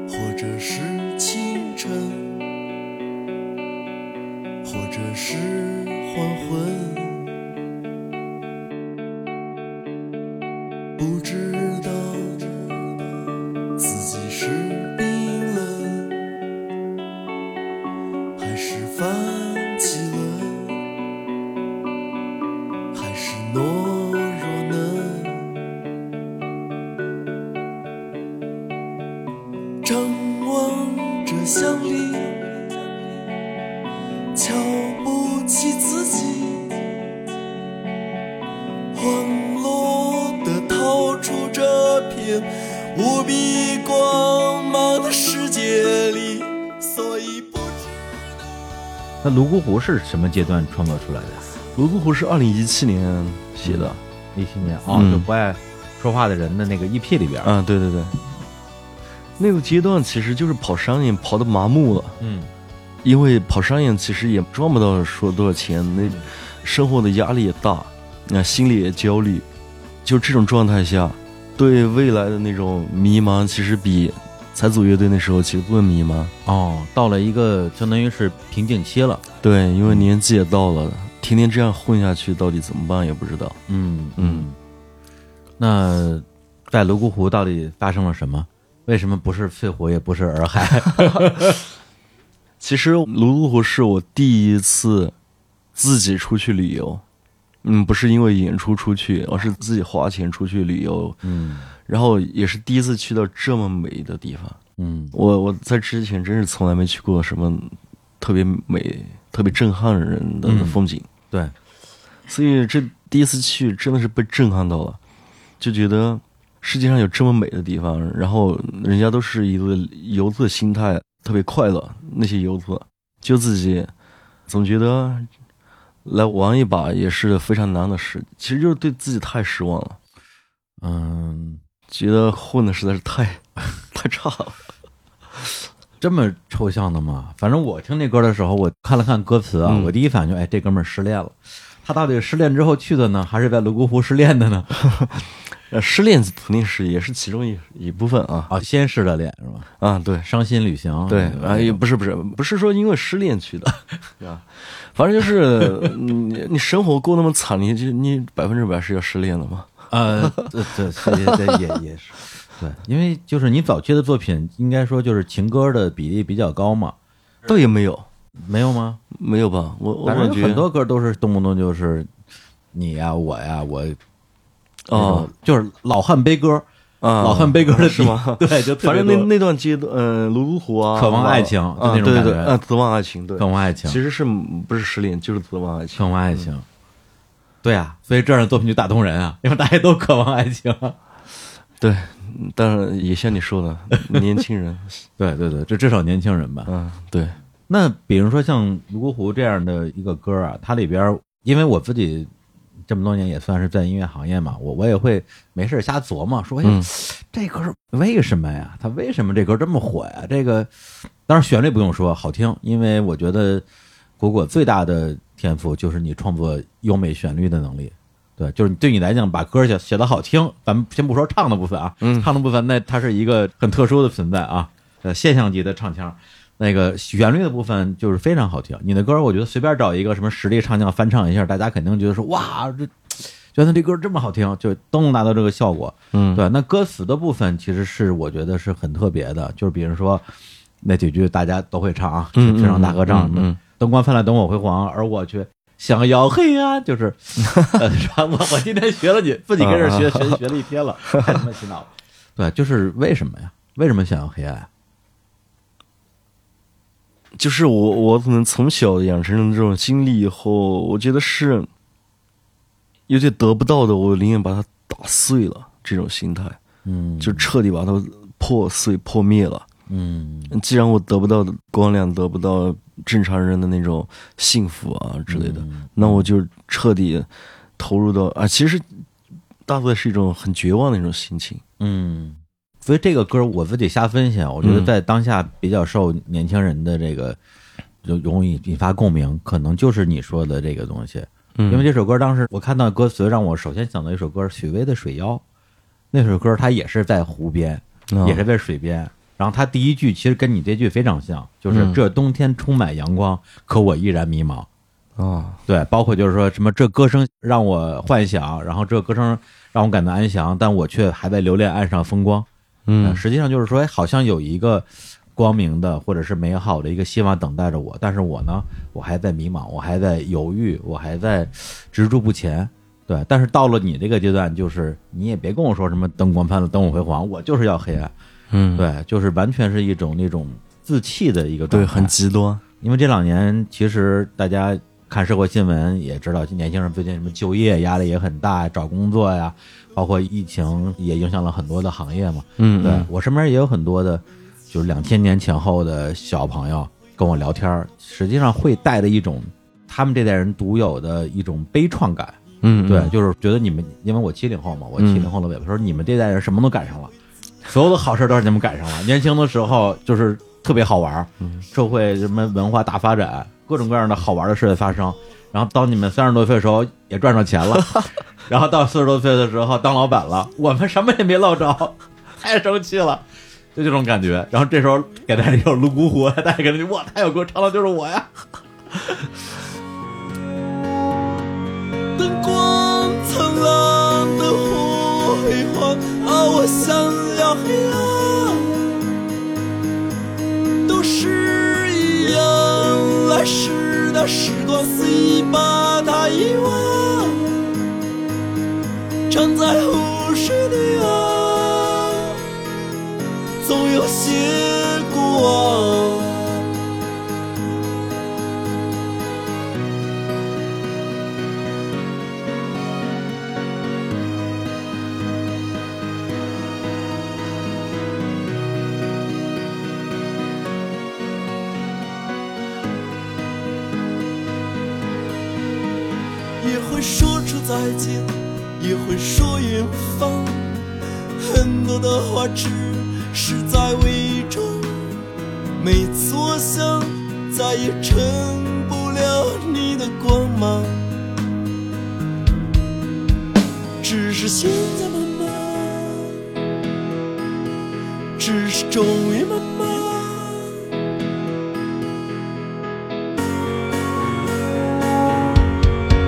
Speaker 3: 或者是清晨，或者是黄昏。不知道自己是冰冷，还是放弃了。还是懦弱呢？张望着乡里，瞧不起自己，荒落的逃出这片无比光芒的世界里，所以不知。
Speaker 1: 那泸沽湖是什么阶段创作出来的？
Speaker 2: 泸沽湖是二零一七年写的，
Speaker 1: 一七年哦，
Speaker 2: 嗯
Speaker 1: 就不爱说话的人的那个 EP 里边，
Speaker 2: 啊，对对对，那个阶段其实就是跑商业跑的麻木了，
Speaker 1: 嗯
Speaker 2: 因为跑商业其实也赚不到说多少钱，那生活的压力也大，那呃心里也焦虑，就这种状态下，对未来的那种迷茫，其实比才组乐队那时候其实更迷茫。
Speaker 1: 哦，到了一个相当于是瓶颈期了，
Speaker 2: 对，因为年纪也到了，天天这样混下去，到底怎么办也不知道。
Speaker 1: 嗯
Speaker 2: 嗯，
Speaker 1: 那在泸沽湖到底发生了什么？为什么不是肺活，也不是洱海？
Speaker 2: 其实泸沽湖是我第一次自己出去旅游，嗯，不是因为演出出去，而是自己花钱出去旅游，
Speaker 1: 嗯
Speaker 2: 然后也是第一次去到这么美的地方。
Speaker 1: 嗯
Speaker 2: 我我在之前真是从来没去过什么特别美、特别震撼人的
Speaker 1: 嗯
Speaker 2: 风景，
Speaker 1: 对，
Speaker 2: 所以这第一次去真的是被震撼到了，就觉得世界上有这么美的地方，然后人家都是一个游子心态，特别快乐。那些游子就自己总觉得来玩一把也是非常难的事，其实就是对自己太失望了，
Speaker 1: 嗯，
Speaker 2: 觉得混的实在是太太差了。
Speaker 1: 这么抽象的吗？反正我听这歌的时候，我看了看歌词啊，
Speaker 2: 嗯
Speaker 1: 我第一反应就哎，这哥们儿失恋了。他到底是失恋之后去的呢，还是在泸沽湖失恋 的呢？
Speaker 2: 呃，失恋肯定是也是其中一一部分 啊
Speaker 1: 啊，先失的恋是吧？
Speaker 2: 啊，对，
Speaker 1: 伤心旅行呃
Speaker 2: 对，啊，也不是不是不是说因为失恋去的， 啊，反正就是嗯你你生活过那么惨，你就你百分之百是要失恋的嘛。
Speaker 1: 呃，这这这这也也是，对，因为就是你早期的作品，应该说就是情歌的比例比较高嘛，
Speaker 2: 倒也没有，
Speaker 1: 没有吗？
Speaker 2: 没有吧？我我
Speaker 1: 反正
Speaker 2: 感
Speaker 1: 有
Speaker 2: 觉
Speaker 1: 很多歌都是动不动就是你呀、我呀、我
Speaker 2: 哦，
Speaker 1: 那种就是老汉悲歌，
Speaker 2: 啊，
Speaker 1: 老汉悲歌的
Speaker 2: 是
Speaker 1: 底
Speaker 2: 吗
Speaker 1: 对，就特
Speaker 2: 反
Speaker 1: 别
Speaker 2: 正那
Speaker 1: 多
Speaker 2: 那段阶段，呃，泸沽湖啊，
Speaker 1: 渴望爱情
Speaker 2: 啊，
Speaker 1: 就那种
Speaker 2: 对对对，
Speaker 1: 感觉
Speaker 2: 啊，渴望爱情，对，
Speaker 1: 渴望爱情，
Speaker 2: 其实是不是失恋，就是渴望爱情
Speaker 1: 渴。望爱情，对啊，所以这样的作品就打动人啊， 因为大家都渴望爱情。
Speaker 2: 对，嗯当然也像你 说的，年轻人，
Speaker 1: 对对对，这至少年轻人吧。
Speaker 2: 嗯，对，
Speaker 1: 那比如说像泸沽湖这样的一个歌啊，它里边儿，因为我自己这么多年也算是在音乐行业嘛，我我也会没事儿瞎琢磨，说哎，
Speaker 2: 嗯
Speaker 1: 这歌儿为什么呀？它为什么这歌儿这么火呀？这个当然旋律不用说，好听，因为我觉得果果最大的天赋就是你创作优美旋律的能力。对，就是对你来讲，把歌儿写写的好听，咱们先不说唱的部分啊，
Speaker 2: 嗯
Speaker 1: 唱的部分那它是一个很特殊的存在啊，呃，现象级的唱腔。那个旋律的部分就是非常好听。你的歌，我觉得随便找一个什么实力唱将翻唱一下，大家肯定觉得说哇，这觉得这歌这么好听，就都能达到这个效果。
Speaker 2: 嗯，
Speaker 1: 对，那歌词的部分其实是我觉得是很特别的，就是比如说那几句大家都会唱啊，
Speaker 2: 嗯
Speaker 1: 全场大合唱什
Speaker 2: 嗯
Speaker 1: 么
Speaker 2: 嗯
Speaker 1: 的
Speaker 2: 嗯
Speaker 1: 灯光灿烂，等我辉煌，而我却想要黑暗， 就是，呃、是吧？我啊 我今天学了你自己跟这儿学学学了一天了，太他妈洗脑了。对，就是为什么呀？为什么想要黑暗？啊
Speaker 2: 就是我我可能从小养成了这种经历以后，我觉得是有些得不到的，我宁愿把它打碎了，这种心态
Speaker 1: 嗯，
Speaker 2: 就彻底把它破碎破灭了。
Speaker 1: 嗯
Speaker 2: 既然我得不到的光亮，得不到正常人的那种幸福啊之类的，那我就彻底投入到啊，其实大部分是一种很绝望的那种心情。
Speaker 1: 嗯，所以这个歌我自己瞎分析，啊，我觉得
Speaker 2: 嗯
Speaker 1: 在当下比较受年轻人的这个容容易引发共鸣，可能就是你说的这个东西。
Speaker 2: 嗯
Speaker 1: 因为这首歌当时我看到歌词，让我首先想到一首歌许巍的《水妖》，那首歌它也是在湖边，
Speaker 2: 啊
Speaker 1: 也是在水边。然后它第一句其实跟你这句非常像，就是
Speaker 2: 嗯
Speaker 1: 这冬天充满阳光，可我依然迷茫。
Speaker 2: 啊，
Speaker 1: 对，包括就是说什么这歌声让我幻想，然后这歌声让我感到安详，但我却还在留恋岸上风光。呃
Speaker 2: 嗯
Speaker 1: 实际上就是说，哎，好像有一个光明的或者是美好的一个希望等待着我，但是我呢，我还在迷茫，我还在犹豫，我还在执着不前。对，但是到了你这个阶段，就是你也别跟我说什么灯光灿烂，灯火辉煌，我就是要黑暗。
Speaker 2: 嗯，
Speaker 1: 对，就是完全是一种那种自弃的一个状
Speaker 2: 对，
Speaker 1: 态。
Speaker 2: 很极端。
Speaker 1: 因为这两年其实大家看社会新闻也知道，年轻人最近什么就业压力也很大，找工作呀，包括疫情也影响了很多的行业嘛。
Speaker 2: 嗯
Speaker 1: 对我身边也有很多的，就是两千年前后的小朋友跟我聊天儿，实际上会带着一种他们这代人独有的一种悲怆感。
Speaker 2: 嗯，
Speaker 1: 对，就是觉得你们，因为我七零后嘛，我七零后的尾巴，说你们这代人什么都赶上了，所有的好事儿都让你们赶上了。年轻的时候就是特别好玩儿，
Speaker 2: 嗯
Speaker 1: 社会什么文化大发展，各种各样的好玩的事情发生。然后当你们三十多岁的时候也赚上钱 了，然后到四十多岁的时候当老板了，我们什么也没捞着，太生气了。就这种感觉，然后这时候给大家一首《泸沽湖》，大家给他哇，他要给我唱的就是我呀！
Speaker 3: 灯光灿烂的湖辉煌，啊，我想要黑暗，都是一样，来时的时光随意把它遗忘，站在湖水的岸，总有些过往。也会说出再见，也会说远方。很多的话只是在伪装。每次我想，再也成不了你的光芒。只是现在慢慢，只是终于慢慢。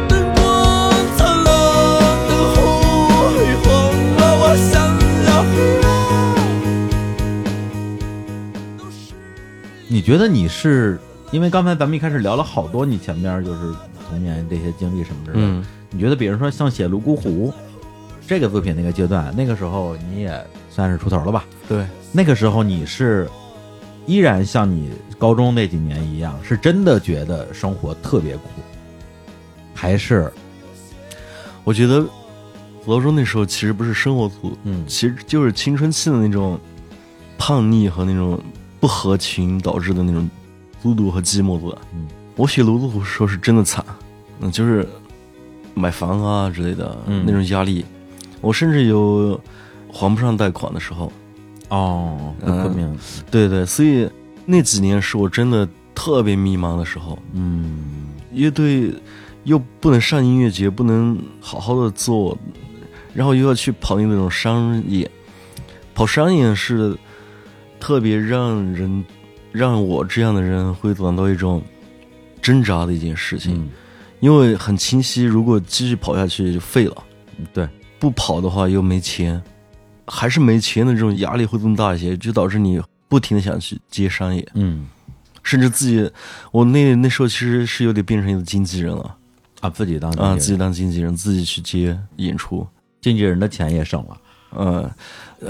Speaker 3: 灯光灿烂的湖辉煌，啊，我想要黑暗。
Speaker 1: 你觉得你是因为刚才咱们一开始聊了好多，你前边就是童年这些经历什么之类的。
Speaker 2: 嗯
Speaker 1: 你觉得，比如说像写《泸沽湖》这个作品那个阶段，那个时候你也三十出头了吧？
Speaker 2: 嗯对，
Speaker 1: 那个时候你是依然像你高中那几年一样，是真的觉得生活特别苦，还是
Speaker 2: 我觉得罗中那时候其实不是生活苦，
Speaker 1: 嗯
Speaker 2: 其实就是青春期的那种叛逆和那种不合群导致的那种孤独和寂寞吧。
Speaker 1: 嗯，
Speaker 2: 我写《泸沽湖》时候是真的惨，嗯，就是买房啊之类的、
Speaker 1: 嗯
Speaker 2: 那种压力，我甚至有还不上贷款的时候。
Speaker 1: 哦，不
Speaker 2: 嗯
Speaker 1: 可明，
Speaker 2: 对对，所以那几年是我真的特别迷茫的时候。
Speaker 1: 嗯
Speaker 2: 乐队又不能上音乐节，不能好好的做，然后又要去跑那种商演，跑商演是特别让人让我这样的人会感到一种挣扎的一件事情，
Speaker 1: 嗯，
Speaker 2: 因为很清晰，如果继续跑下去就废了，
Speaker 1: 对，
Speaker 2: 不跑的话又没钱，还是没钱的这种压力会更大一些，就导致你不停的想去接商演，
Speaker 1: 嗯
Speaker 2: 甚至自己，我那那时候其实是有点变成一个经纪人了。
Speaker 1: 啊，自己当
Speaker 2: 啊，
Speaker 1: 经
Speaker 2: 自
Speaker 1: 纪
Speaker 2: 己
Speaker 1: 人
Speaker 2: 当经纪人，自己去接演出。
Speaker 1: 经纪人的钱也省了，
Speaker 2: 嗯，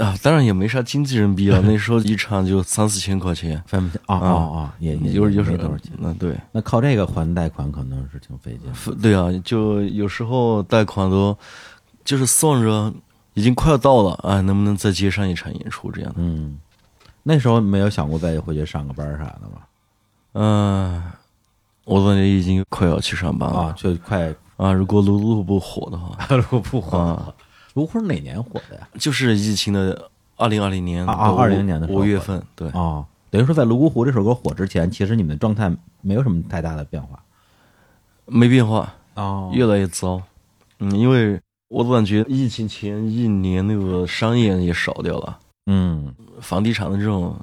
Speaker 2: 啊，当然也没啥经纪人逼 了，那时候一场就三四千块钱，
Speaker 1: 分不清哦哦哦，也也
Speaker 2: 有有
Speaker 1: 没
Speaker 2: 时
Speaker 1: 多
Speaker 2: 候
Speaker 1: 少钱。
Speaker 2: 嗯对，
Speaker 1: 那靠这个还贷款可能是挺费劲。
Speaker 2: 对啊，就有时候贷款都就是算着已经快要到了，哎，能不能再接上一场演出这样的？
Speaker 1: 嗯，那时候没有想过再回去上个班儿啥的吗？
Speaker 2: 嗯，我感觉已经快要去上班了
Speaker 1: 啊，就 快
Speaker 2: 啊如果卢卢不火的话，
Speaker 1: 芦不火了。芦花哪年火的呀？
Speaker 2: 就是疫情的二零二零年
Speaker 1: 啊啊
Speaker 2: 五
Speaker 1: 20年的时候
Speaker 2: 五月份，对，
Speaker 1: 哦，等于说在《泸沽湖》这首歌火之前，其实你们的状态没有什么太大的变化。
Speaker 2: 没变化，
Speaker 1: 哦
Speaker 2: 越来越糟。嗯，因为我感觉疫情前一年那个商业也少掉了，
Speaker 1: 嗯
Speaker 2: 房地产的这种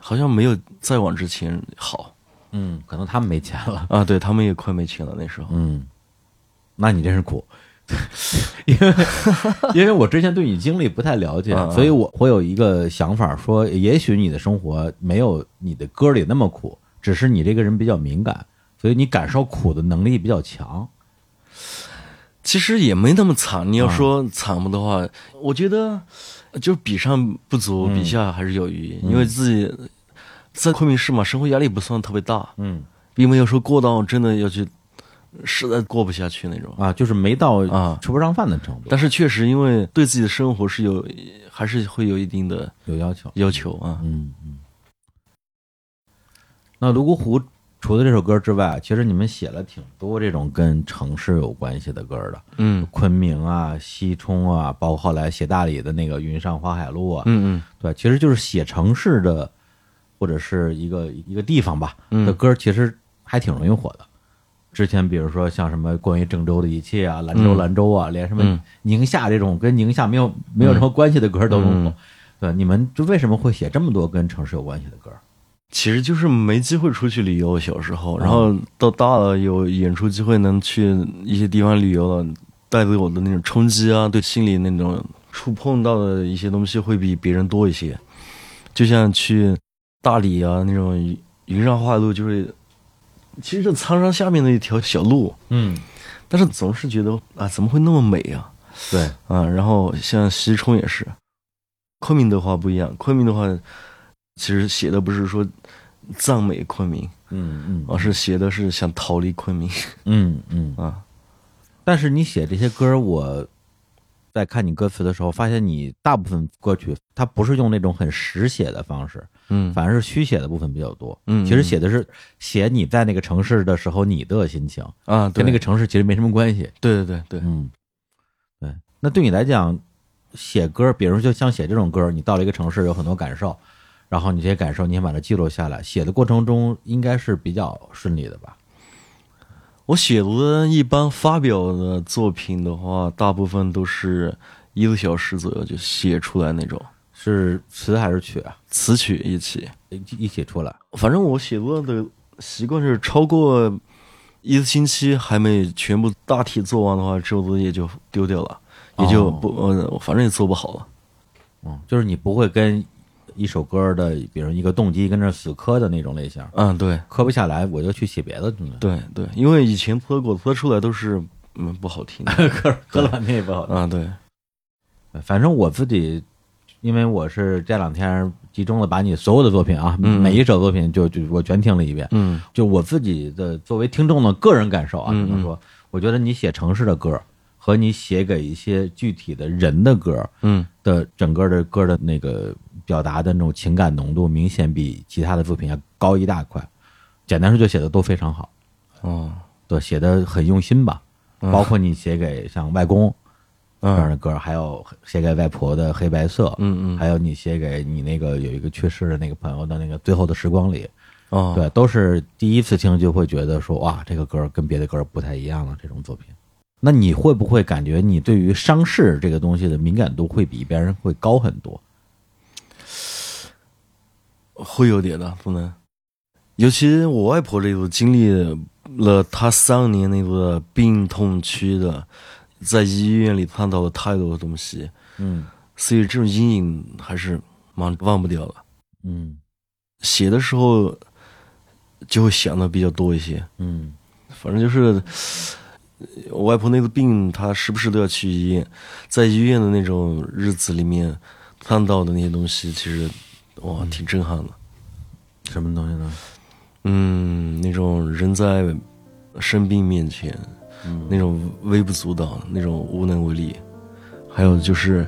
Speaker 2: 好像没有再往之前好
Speaker 1: 嗯，可能他们没钱了。
Speaker 2: 啊。对他们也快没钱了那时候。
Speaker 1: 嗯，那你真是 苦，因为因为我之前对你经历不太了解
Speaker 2: 嗯，嗯
Speaker 1: 所以我会有一个想法，说也许你的生活没有你的歌里那么苦，只是你这个人比较敏感，所以你感受苦的能力比较强。
Speaker 2: 其实也没那么惨。你要说惨不的话，我觉得就是比上不足，比下还是有余。因为自己在昆明市嘛，生活压力不算特别大，
Speaker 1: 嗯
Speaker 2: 并没有说过到真的要去，实在过不下去那种。
Speaker 1: 啊，就是没到
Speaker 2: 啊
Speaker 1: 吃不上饭的程度，
Speaker 2: 但是确实，因为对自己的生活是有，还是会有一定的
Speaker 1: 有要求。
Speaker 2: 要求啊。
Speaker 1: 嗯嗯。那泸沽湖除了这首歌之外，其实你们写了挺多这种跟城市有关系的歌的。
Speaker 2: 嗯
Speaker 1: 昆明啊、西冲啊，包括后来写大理的那个《云上花海路》啊，
Speaker 2: 嗯
Speaker 1: 对，其实就是写城市的或者是一个一个地方吧
Speaker 2: 嗯
Speaker 1: 的歌，其实还挺容易火的。之前比如说像什么关于郑州的一切啊、兰州
Speaker 2: 嗯
Speaker 1: 兰州啊，连什么
Speaker 2: 嗯
Speaker 1: 宁夏这种跟宁夏没有没有什么关系的歌都能火。对，你们就为什么会写这么多跟城市有关系的歌？
Speaker 2: 其实就是没机会出去旅游，小时候，然后到大了有演出机会，能去一些地方旅游了，带给我的那种冲击啊，对心里那种触碰到的一些东西会比别人多一些。就像去大理啊那种云云上花路，就是其实就苍山下面的一条小路，
Speaker 1: 嗯，
Speaker 2: 但是总是觉得啊，怎么会那么美啊？
Speaker 1: 对，
Speaker 2: 啊，然后像西冲也是，昆明的话不一样，昆明的话其实写的不是说赞美昆明。
Speaker 1: 嗯
Speaker 2: 我是写的是想逃离昆明
Speaker 1: 嗯嗯嗯。
Speaker 2: 啊，
Speaker 1: 但是你写这些歌，我在看你歌词的时候，发现你大部分歌曲它不是用那种很实写的方式，
Speaker 2: 嗯
Speaker 1: 反而是虚写的部分比较多。
Speaker 2: 嗯
Speaker 1: 其实写的是写你在那个城市的时候你的心情，
Speaker 2: 啊，对
Speaker 1: 跟那个城市其实没什么关系。
Speaker 2: 对对对对，
Speaker 1: 嗯，对。那对你来讲，写歌，比如就像写这种歌，你到了一个城市，有很多感受，然后你这些感受你先把它记录下来，写的过程中应该是比较顺利的吧？
Speaker 2: 我写的一般发表的作品的话，大部分都是一个小时左右就写出来那种
Speaker 1: 是词还是曲啊？
Speaker 2: 词曲一起，
Speaker 1: 一一起出来。
Speaker 2: 反正我写作的习惯是超过一个星期还没全部大体做完的话，这首作业就丢掉了，也就
Speaker 1: 哦
Speaker 2: 不呃，反正也做不好了。
Speaker 1: 嗯，就是你不会跟一首歌的，比如一个动机跟这儿死磕的那种类型，
Speaker 2: 嗯，对
Speaker 1: 磕不下来我就去写别的去了。
Speaker 2: 对对，因为以前磕过，磕出来都是嗯不好听 的
Speaker 1: 磕磕了半天也不好
Speaker 2: 啊，对，
Speaker 1: 嗯反正我自己，因为我是这两天集中了把你所有的作品啊，
Speaker 2: 嗯
Speaker 1: 每一首作品就就我全听了一遍。
Speaker 2: 嗯
Speaker 1: 就我自己的作为听众的个人感受啊，
Speaker 2: 嗯
Speaker 1: 只能说，我觉得你写城市的歌和你写给一些具体的人的歌，
Speaker 2: 嗯。
Speaker 1: 的整个的歌的那个表达的那种情感浓度，明显比其他的作品要高一大块。简单说，就写的都非常好，
Speaker 2: 哦，
Speaker 1: 对，写的很用心吧。
Speaker 2: 嗯
Speaker 1: 包括你写给像外公这样
Speaker 2: 嗯
Speaker 1: 的歌，还有写给外婆的《黑白色》，
Speaker 2: 嗯嗯
Speaker 1: 还有你写给你那个有一个去世的那个朋友的那个《最后的时光》里，
Speaker 2: 哦，
Speaker 1: 对，都是第一次听就会觉得说哇，这个歌跟别的歌不太一样了，这种作品。那你会不会感觉你对于伤势这个东西的敏感度会比别人会高很多？
Speaker 2: 会有点的，不能。尤其我外婆这个经历了她三年那个病痛期的，在医院里看到了太多的东西，
Speaker 1: 嗯
Speaker 2: 所以这种阴影还是蛮忘不掉的。
Speaker 1: 嗯
Speaker 2: 写的时候就会想的比较多一些，
Speaker 1: 嗯
Speaker 2: 反正就是我外婆那个病，她时不时都要去医院，在医院的那种日子里面看到的那些东西，其实哇，挺震撼的。
Speaker 5: 什么东西呢？
Speaker 2: 嗯，那种人在生病面前，那种微不足道，那种无能为力，还有就是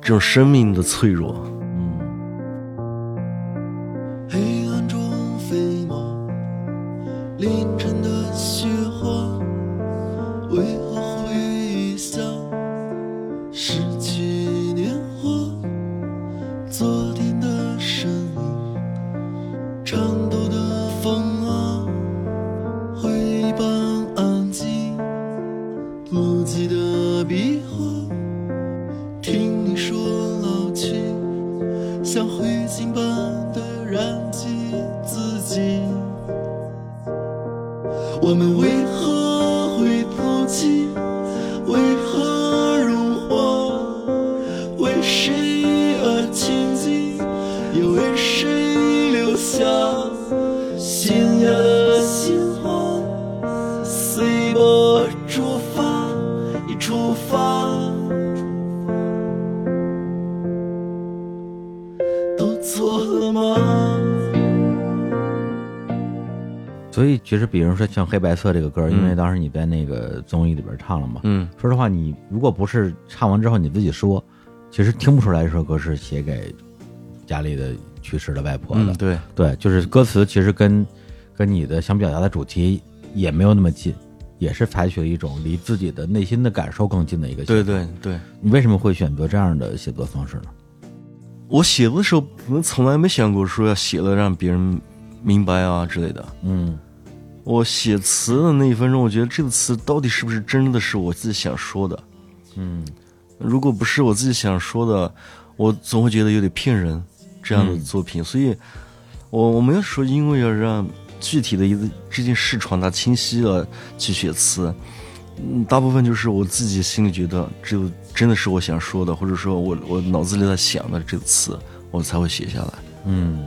Speaker 2: 这种生命的脆弱。
Speaker 1: 嗯
Speaker 3: 黑暗中飞舞，凌晨的雪花，为何回响？十七年后，昨天的身影，颤抖的风啊，回伴安静，不羁的笔画，听你说老去。像灰烬般的燃起自己。我们为何会哭泣？为何融化？为谁而亲近？又为谁留下？心呀的心花，随波逐发，一出发。都错了吗？
Speaker 1: 所以其实，比如说像《黑白色》这个歌，因为当时你在那个综艺里边唱了嘛，
Speaker 2: 嗯，
Speaker 1: 说实话，你如果不是唱完之后你自己说，其实听不出来这首歌是写给家里的去世的外婆的。
Speaker 2: 嗯，对，
Speaker 1: 对，就是歌词其实跟跟你的想表达的主题也没有那么近，也是采取了一种离自己的内心的感受更近的一个。
Speaker 2: 对，对对。
Speaker 1: 你为什么会选择这样的写作方式呢？
Speaker 2: 我写的时候，我从来没想过说要写的让别人明白啊之类的。
Speaker 1: 嗯
Speaker 2: 我写词的那一分钟，我觉得这个词到底是不是真的是我自己想说的？
Speaker 1: 嗯
Speaker 2: 如果不是我自己想说的，我总会觉得有点骗人这样的作品。所以，我我没有说因为要让具体的一个这件事传达清晰了去写词，嗯，大部分就是我自己心里觉得这个真的是我想说的，或者说我我脑子里在想的这个词，我才会写下来。
Speaker 1: 嗯。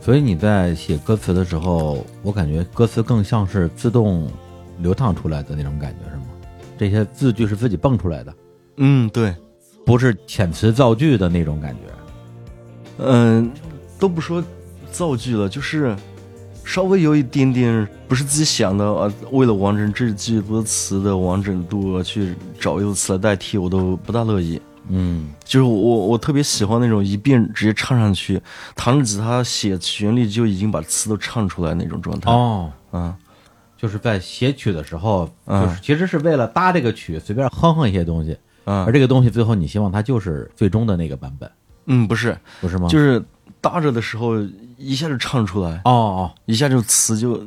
Speaker 1: 所以你在写歌词的时候，我感觉歌词更像是自动流淌出来的那种感觉，是吗？这些字句是自己蹦出来的，
Speaker 2: 嗯，对，
Speaker 1: 不是遣词造句的那种感觉。
Speaker 2: 嗯，都不说造句了，就是稍微有一点点不是自己想的啊，为了完成这句歌词的完整度而去找一个词来代替，我都不大乐意。
Speaker 1: 嗯
Speaker 2: 就是我我我特别喜欢那种一遍直接唱上去，弹着吉他写旋律就已经把词都唱出来那种状态。
Speaker 1: 哦，
Speaker 2: 啊，
Speaker 1: 就是在写曲的时候，
Speaker 2: 嗯
Speaker 1: 就是其实是为了搭这个曲，随便哼哼一些东西，
Speaker 2: 啊
Speaker 1: 而这个东西最后你希望它就是最终的那个版本，
Speaker 2: 嗯，不是，
Speaker 1: 不是吗？
Speaker 2: 就是是搭着的时候一下就唱出来，
Speaker 1: 哦哦，
Speaker 2: 一下就词就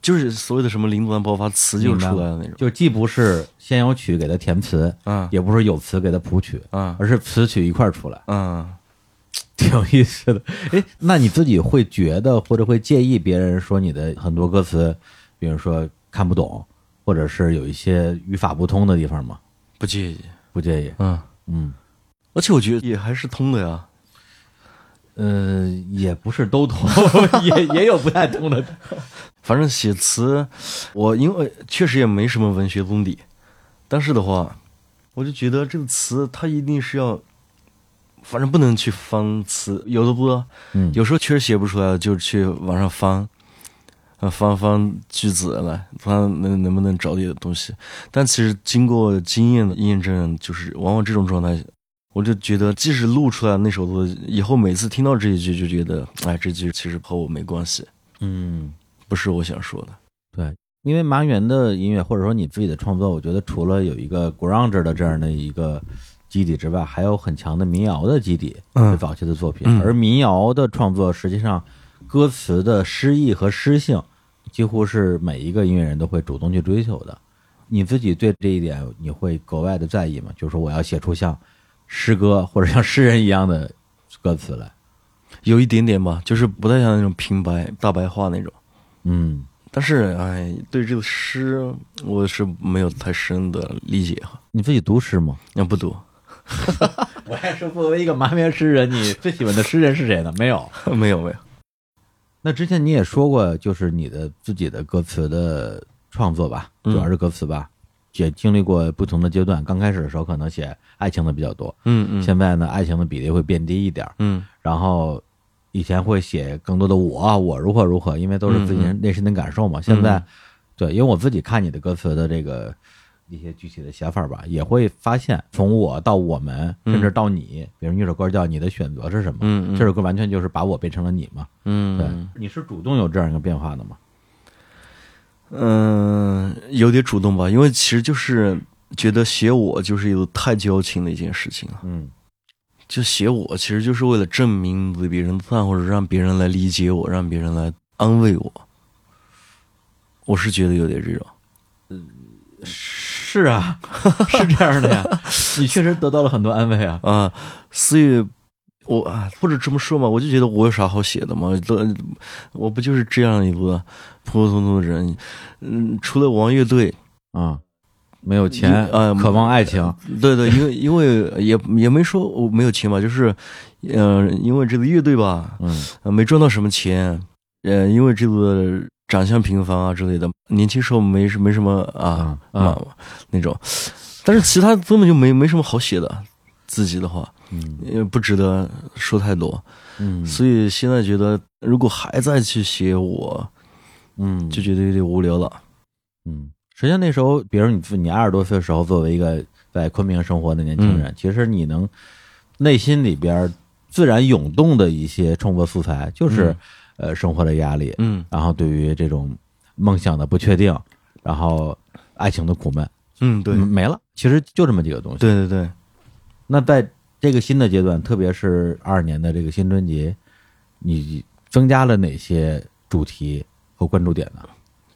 Speaker 2: 就是所谓的什么灵感爆发，词就
Speaker 1: 明
Speaker 2: 出
Speaker 1: 白
Speaker 2: 来了那种。
Speaker 1: 就既不是先有曲给它填词，
Speaker 2: 嗯
Speaker 1: 也不是有词给它谱曲，
Speaker 2: 嗯
Speaker 1: 而是词曲一块儿出来，
Speaker 2: 嗯。
Speaker 1: 挺有意思的。哎，那你自己会觉得或者会介意别人说你的很多歌词，比如说看不懂，或者是有一些语法不通的地方吗？
Speaker 2: 不介意。
Speaker 1: 不介意，
Speaker 2: 嗯，
Speaker 1: 嗯。
Speaker 2: 而且我觉得也还是通的呀。
Speaker 1: 呃，也不是都通， 也也有不太通的。
Speaker 2: 反正写词，我因为确实也没什么文学功底，但是的话，我就觉得这个词它一定是要，反正不能去翻词，有的不，
Speaker 1: 嗯
Speaker 2: 有时候确实写不出来，就去网上翻，呃，翻翻句子来，看能能不能找点东西。但其实经过经验的验证，就是往往这种状态。我就觉得，即使录出来那首歌，以后每次听到这一句，就觉得，哎，这句其实和我没关系，
Speaker 1: 嗯，
Speaker 2: 不是我想说的。
Speaker 1: 因为麻原的音乐，或者说你自己的创作，我觉得除了有一个 grunge 的这样的一个基底之外，还有很强的民谣的基底。
Speaker 2: 嗯
Speaker 1: 最早期的作品，
Speaker 2: 嗯
Speaker 1: 而民谣的创作实际上歌词的诗意和诗性，几乎是每一个音乐人都会主动去追求的。你自己对这一点你会格外的在意吗？就是说我要写出像诗歌或者像诗人一样的歌词来。
Speaker 2: 有一点点吧，就是不太像那种平白大白话那种。
Speaker 1: 嗯。
Speaker 2: 但是，哎，对这个诗，我是没有太深的理解哈。
Speaker 1: 你自己读诗吗？
Speaker 2: 那不多，
Speaker 1: 我还说，作为一个麻面诗人，你最喜欢的诗人是谁呢？没有。
Speaker 2: 没有没有。
Speaker 1: 那之前你也说过，就是你的自己的歌词的创作吧，主
Speaker 2: 嗯
Speaker 1: 要是歌词吧，也经历过不同的阶段。刚开始的时候可能写爱情的比较多，
Speaker 2: 嗯嗯
Speaker 1: 现在呢爱情的比例会变低一点儿，
Speaker 2: 嗯
Speaker 1: 然后以前会写更多的我，我如何如何，因为都是自己
Speaker 2: 嗯
Speaker 1: 内心的感受嘛。现在，对，因为我自己看你的歌词的这个一些具体的写法吧，也会发现从我到我们，甚至到你，比如你有首歌叫《你的选择是什么》，
Speaker 2: 嗯
Speaker 1: 这首歌完全就是把我变成了你嘛。对，
Speaker 2: 嗯
Speaker 1: 你是主动有这样一个变化的嘛？
Speaker 2: 嗯，有点主动吧，因为其实就是觉得写我就是一个太矫情的一件事情了。
Speaker 1: 嗯
Speaker 2: 就写我其实就是为了证明给别人看，或者让别人来理解我，让别人来安慰我。我是觉得有点这种，
Speaker 1: 是啊， 是这样 的呀，你确实得到了很多安慰啊。
Speaker 2: 啊，所以我啊，或者这么说嘛，我就觉得我有啥好写的嘛？都我不就是这样一个普普通通的人，嗯，除了玩乐队，
Speaker 1: 啊、没有钱，
Speaker 2: 呃
Speaker 1: 渴望爱情，
Speaker 2: 对对，因为因为也也没说我没有钱嘛，就是，呃，因为这个乐队吧，
Speaker 1: 嗯
Speaker 2: 呃没赚到什么钱，呃，因为这个长相平凡啊之类的，年轻时候没什没什么啊
Speaker 1: 啊啊
Speaker 2: 嘛那种，但是其他根本就没没什么好写的，自己的话
Speaker 1: 嗯
Speaker 2: 也不值得说太多，
Speaker 1: 嗯
Speaker 2: 所以现在觉得如果还在去写我，
Speaker 1: 嗯，
Speaker 2: 就觉得有点无聊了。
Speaker 1: 嗯，实际上那时候，比如你自你二十多岁的时候，作为一个在昆明生活的年轻人，其实你能内心里边自然涌动的一些创作素材，就是、呃生活的压力，
Speaker 2: 嗯
Speaker 1: 然后对于这种梦想的不确定，然后爱情的苦闷，
Speaker 2: 嗯，对
Speaker 1: 嗯没了，其实就这么几个东西。
Speaker 2: 对对对，
Speaker 1: 那在这个新的阶段，特别是二年的这个新专辑，你增加了哪些主题和关注点呢？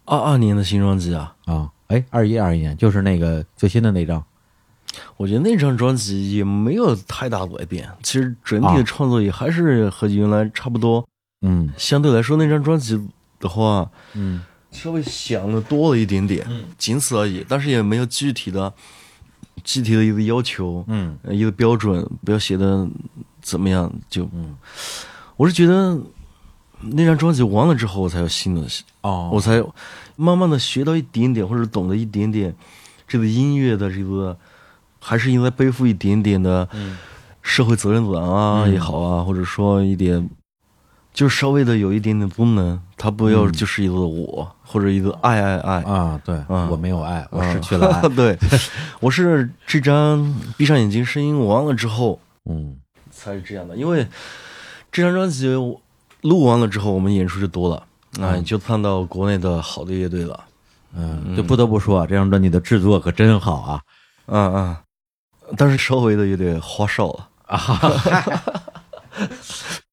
Speaker 2: 二二年的新专辑啊，
Speaker 1: 啊，哎，二一二一年就是那个最新的那张。
Speaker 2: 我觉得那张专辑也没有太大改变，其实整体
Speaker 1: 啊
Speaker 2: 的创作也还是和原来差不多。
Speaker 1: 嗯
Speaker 2: 相对来说，那张专辑的话，
Speaker 1: 嗯
Speaker 2: 稍微想的多了一点点，仅此而已。但是也没有具体的、具体的一个要求，
Speaker 1: 嗯
Speaker 2: 呃一个标准，不要写的怎么样就。
Speaker 1: 嗯
Speaker 2: 我是觉得那张专辑完了之后，我才有新的，
Speaker 1: 哦
Speaker 2: 我才慢慢的学到一点点，或者懂得一点点这个音乐的这个，还是应该背负一点点的
Speaker 1: 嗯
Speaker 2: 社会责任感啊也好啊，或者说一点，就是稍微的有一点点功能，它不要就是一个我、或者一个爱爱爱。
Speaker 1: 嗯啊，对，
Speaker 2: 嗯
Speaker 1: 我没有爱，我
Speaker 2: 啊
Speaker 1: 失去了 爱。
Speaker 2: 对，我是这张闭上眼睛声音完了之后
Speaker 1: 嗯
Speaker 2: 才是这样的，因为这张专辑我录完了之后，我们演出就多了，啊、就看到国内的好的乐队了。
Speaker 1: 嗯，就不得不说啊，这张专辑的制作可真好啊
Speaker 2: 嗯嗯，但是稍微的有点花哨了。
Speaker 1: 啊！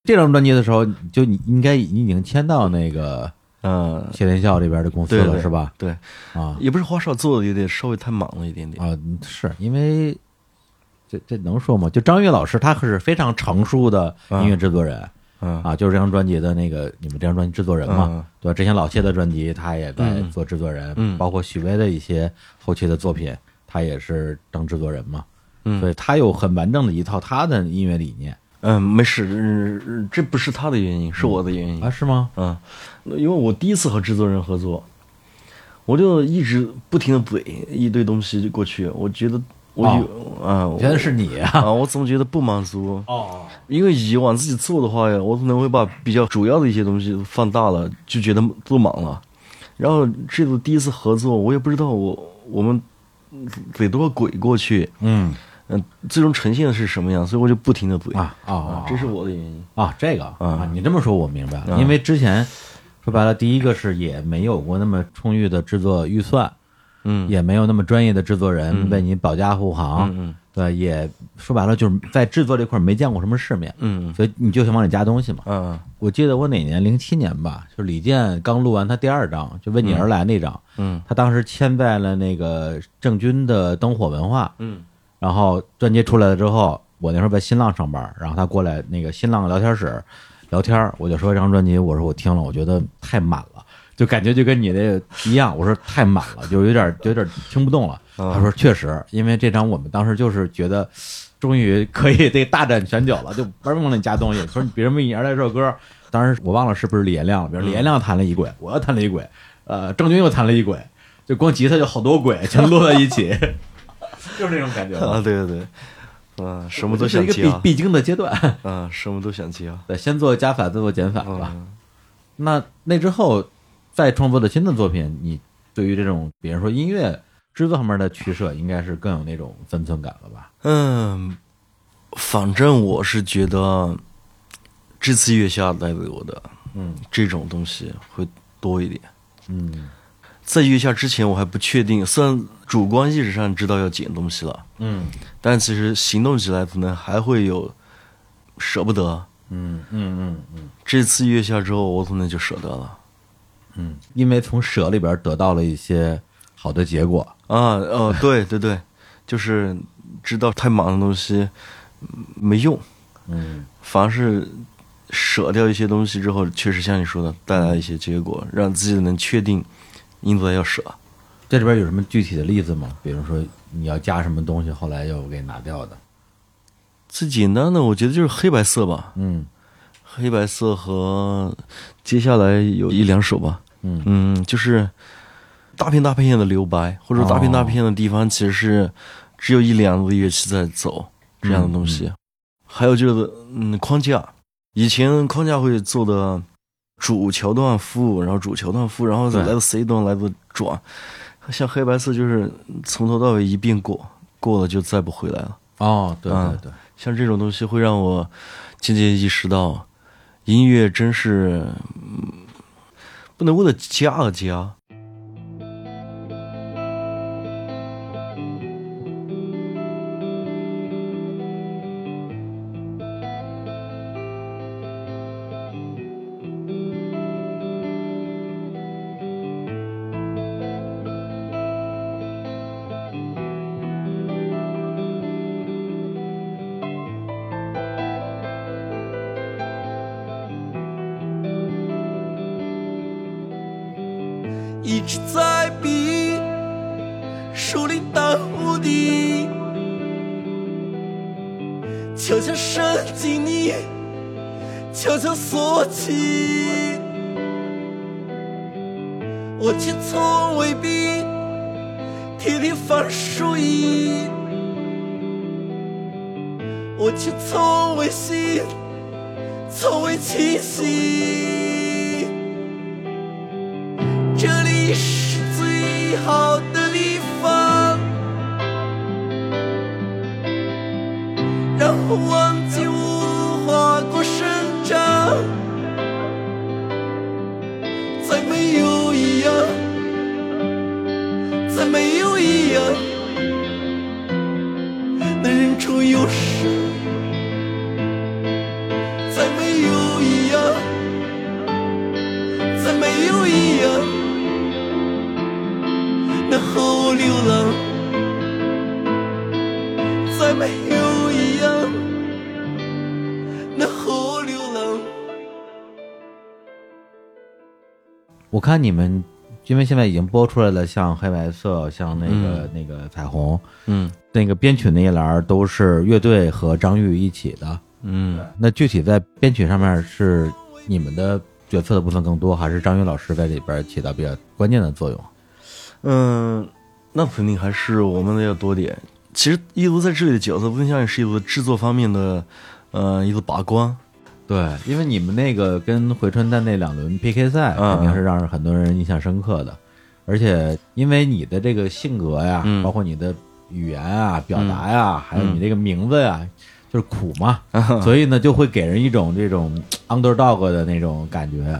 Speaker 1: 这张专辑的时候，就你应该你已经签到那个
Speaker 2: 嗯，
Speaker 1: 谢天笑这边的公司
Speaker 2: 对
Speaker 1: 了，
Speaker 2: 对
Speaker 1: 是吧？
Speaker 2: 对，
Speaker 1: 啊
Speaker 2: 也不是花哨，做的有点稍微太忙了一点点。
Speaker 1: 啊，是因为这这能说吗？就张宇老师，他可是非常成熟的音乐制作人。
Speaker 2: 嗯
Speaker 1: 啊，就是这张专辑的那个你们这张专辑制作人嘛，
Speaker 2: 嗯
Speaker 1: 对吧？之前老谢的专辑他也在做制作人，
Speaker 2: 嗯
Speaker 1: 包括许巍的一些后期的作品，他也是当制作人嘛，
Speaker 2: 嗯
Speaker 1: 所以他有很完整的一套他的音乐理念
Speaker 2: 嗯，没事，呃这不是他的原因，是我的原因
Speaker 1: 啊，。是吗？
Speaker 2: 嗯，因为我第一次和制作人合作，我就一直不停的怼一堆东西过去，我觉得我有啊，我
Speaker 1: 哦原来是你啊！
Speaker 2: 啊，我总觉得不满足，
Speaker 1: 哦，
Speaker 2: 因为以往自己做的话，我可能会把比较主要的一些东西放大了，就觉得嗯做满了。然后这次第一次合作，我也不知道我我们给多少鬼过去，
Speaker 1: 嗯
Speaker 2: 嗯、最终呈现的是什么样，所以我就不停的怼
Speaker 1: 啊啊啊
Speaker 2: 这是我的原因。
Speaker 1: 啊，这个啊，你这么说我明白了，
Speaker 2: 嗯
Speaker 1: 因为之前说白了，第一个是也没有过那么充裕的制作预算，
Speaker 2: 嗯
Speaker 1: 也没有那么专业的制作人为你保驾护航，
Speaker 2: 嗯嗯
Speaker 1: 对，也说白了就是在制作这块儿没见过什么世面，
Speaker 2: 嗯
Speaker 1: 所以你就想往里加东西嘛。
Speaker 2: 嗯
Speaker 1: 我记得我哪年零七年吧，就是李健刚录完他第二张，就为你而来那张，
Speaker 2: 嗯
Speaker 1: 他当时签在了那个郑钧的灯火文化，
Speaker 2: 嗯
Speaker 1: 然后专辑出来了之后，我那时候在新浪上班，然后他过来那个新浪聊天室聊天儿，我就说这张专辑，我说我听了，我觉得太满了，就感觉就跟你这一样，我说太满了，就有点有点听不动了。
Speaker 2: 嗯
Speaker 1: 他说确实，因为这张我们当时就是觉得。终于可以这大展拳脚了，就玩命往里加东西。说别人为你而来这首歌，当时我忘了是不是李延亮了，比如李延亮弹了一轨，我又弹了一轨，呃，郑钧又弹了一轨，就光吉他就好多轨，全摞在一起， 就是那种感觉
Speaker 2: 啊，
Speaker 1: 嘛。
Speaker 2: 对对对，嗯、什么
Speaker 1: 这
Speaker 2: 都
Speaker 1: 是
Speaker 2: 想
Speaker 1: 一个
Speaker 2: 接啊，
Speaker 1: 必必经的阶段，
Speaker 2: 嗯、什么都想接啊，
Speaker 1: 对，先做加法，再做减法吧。
Speaker 2: 嗯，
Speaker 1: 那那之后再创作的新的作品，你对于这种比如说音乐制作方面的取舍，应该是更有那种分寸感了吧？
Speaker 2: 嗯，反正我是觉得这次月下带给我的，
Speaker 1: 嗯，
Speaker 2: 这种东西会多一点。
Speaker 1: 嗯
Speaker 2: 在月下之前，我还不确定，虽然主观意识上知道要剪东西了，
Speaker 1: 嗯
Speaker 2: 但其实行动起来可能还会有舍不得。
Speaker 1: 嗯嗯嗯
Speaker 2: 这次月下之后，我可能就舍得了。
Speaker 1: 嗯，因为从舍里边得到了一些好的结果。
Speaker 2: 啊，哦，对对对，就是知道太忙的东西嗯没用，
Speaker 1: 嗯
Speaker 2: 反而是舍掉一些东西之后，确实像你说的，带来一些结果，让自己能确定应该要舍。
Speaker 1: 这里边有什么具体的例子吗？比如说你要加什么东西，后来又给拿掉的？
Speaker 2: 最简单的，我觉得就是黑白色吧，
Speaker 1: 嗯
Speaker 2: 黑白色和接下来有一两首吧，
Speaker 1: 嗯
Speaker 2: 嗯，就是大片大片的留白，或者大片
Speaker 1: 哦
Speaker 2: 大片的地方，其实是只有一两个乐器在走这样的东西。还有就是，嗯，框架，以前框架会做的主桥段副，然后主桥段副，然后
Speaker 1: 对
Speaker 2: 来个 C 段，来个转。像黑白色就是从头到尾一遍过，过了就再不回来了。
Speaker 1: 哦，对对
Speaker 2: 嗯
Speaker 1: 对，
Speaker 2: 像这种东西会让我渐渐意识到，音乐真是、嗯、不能为了加而加。
Speaker 3: 一直在比树林当无敌，悄悄伸进你，悄悄锁起。我却从未比天天放树意，我却从未醒，从未清醒。这里是最好的地方，让我忘记无花果生长，再没有一样，再没有一样能认出忧伤，再没有一样，再没有一样。然后流浪，再没有一样，然后流浪。
Speaker 1: 我看你们，因为现在已经播出来了，像黑白色，像那个、那个彩虹，
Speaker 2: 嗯
Speaker 1: 那个编曲那一栏儿都是乐队和张宇一起的。
Speaker 2: 嗯，
Speaker 1: 那具体在编曲上面是你们的决策的部分更多，还是张宇老师在里边起到比较关键的作用？
Speaker 2: 嗯，那肯定还是我们的要多点。其实一路在这里的角色，更像是一个制作方面的，呃，一个把关。
Speaker 1: 对，因为你们那个跟回春丹那两轮 PK 赛，
Speaker 2: 嗯
Speaker 1: 肯定是让很多人印象深刻的。而且因为你的这个性格呀，
Speaker 2: 嗯
Speaker 1: 包括你的语言啊、表达呀，还有你这个名字
Speaker 2: 嗯
Speaker 1: 呀，就是苦嘛，所以呢，就会给人一种这种 underdog 的那种感觉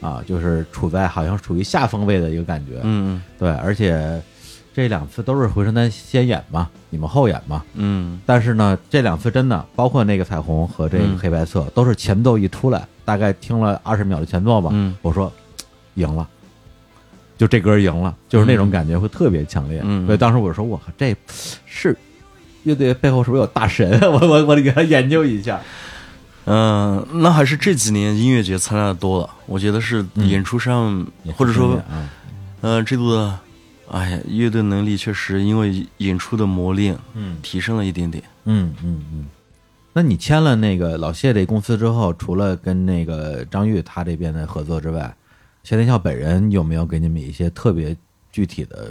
Speaker 1: 啊，就是处在好像处于下风位的一个感觉。
Speaker 2: 嗯
Speaker 1: 对，而且这两次都是回春丹先演嘛，你们后演嘛。
Speaker 2: 嗯
Speaker 1: 但是呢，这两次真的，包括那个彩虹和这个黑白色，都是前奏一出来，大概听了二十秒的前奏吧，
Speaker 2: 嗯
Speaker 1: 我说赢了，就这歌赢了，就是那种感觉会特别强烈。
Speaker 2: 嗯
Speaker 1: 所以当时我说，我靠，这是乐队背后是不是有大神？啊我我我得给他研究一下。
Speaker 2: 嗯、那还是这几年音乐节参加的多了。我觉得是演出上，或者说，
Speaker 1: 啊，
Speaker 2: 呃，这个，哎呀，乐队能力确实因为演出的磨练
Speaker 1: 嗯
Speaker 2: 提升了一点点。
Speaker 1: 嗯嗯嗯。那你签了那个老谢这公司之后，除了跟那个张玉他这边的合作之外，谢天笑本人有没有给你们一些特别具体的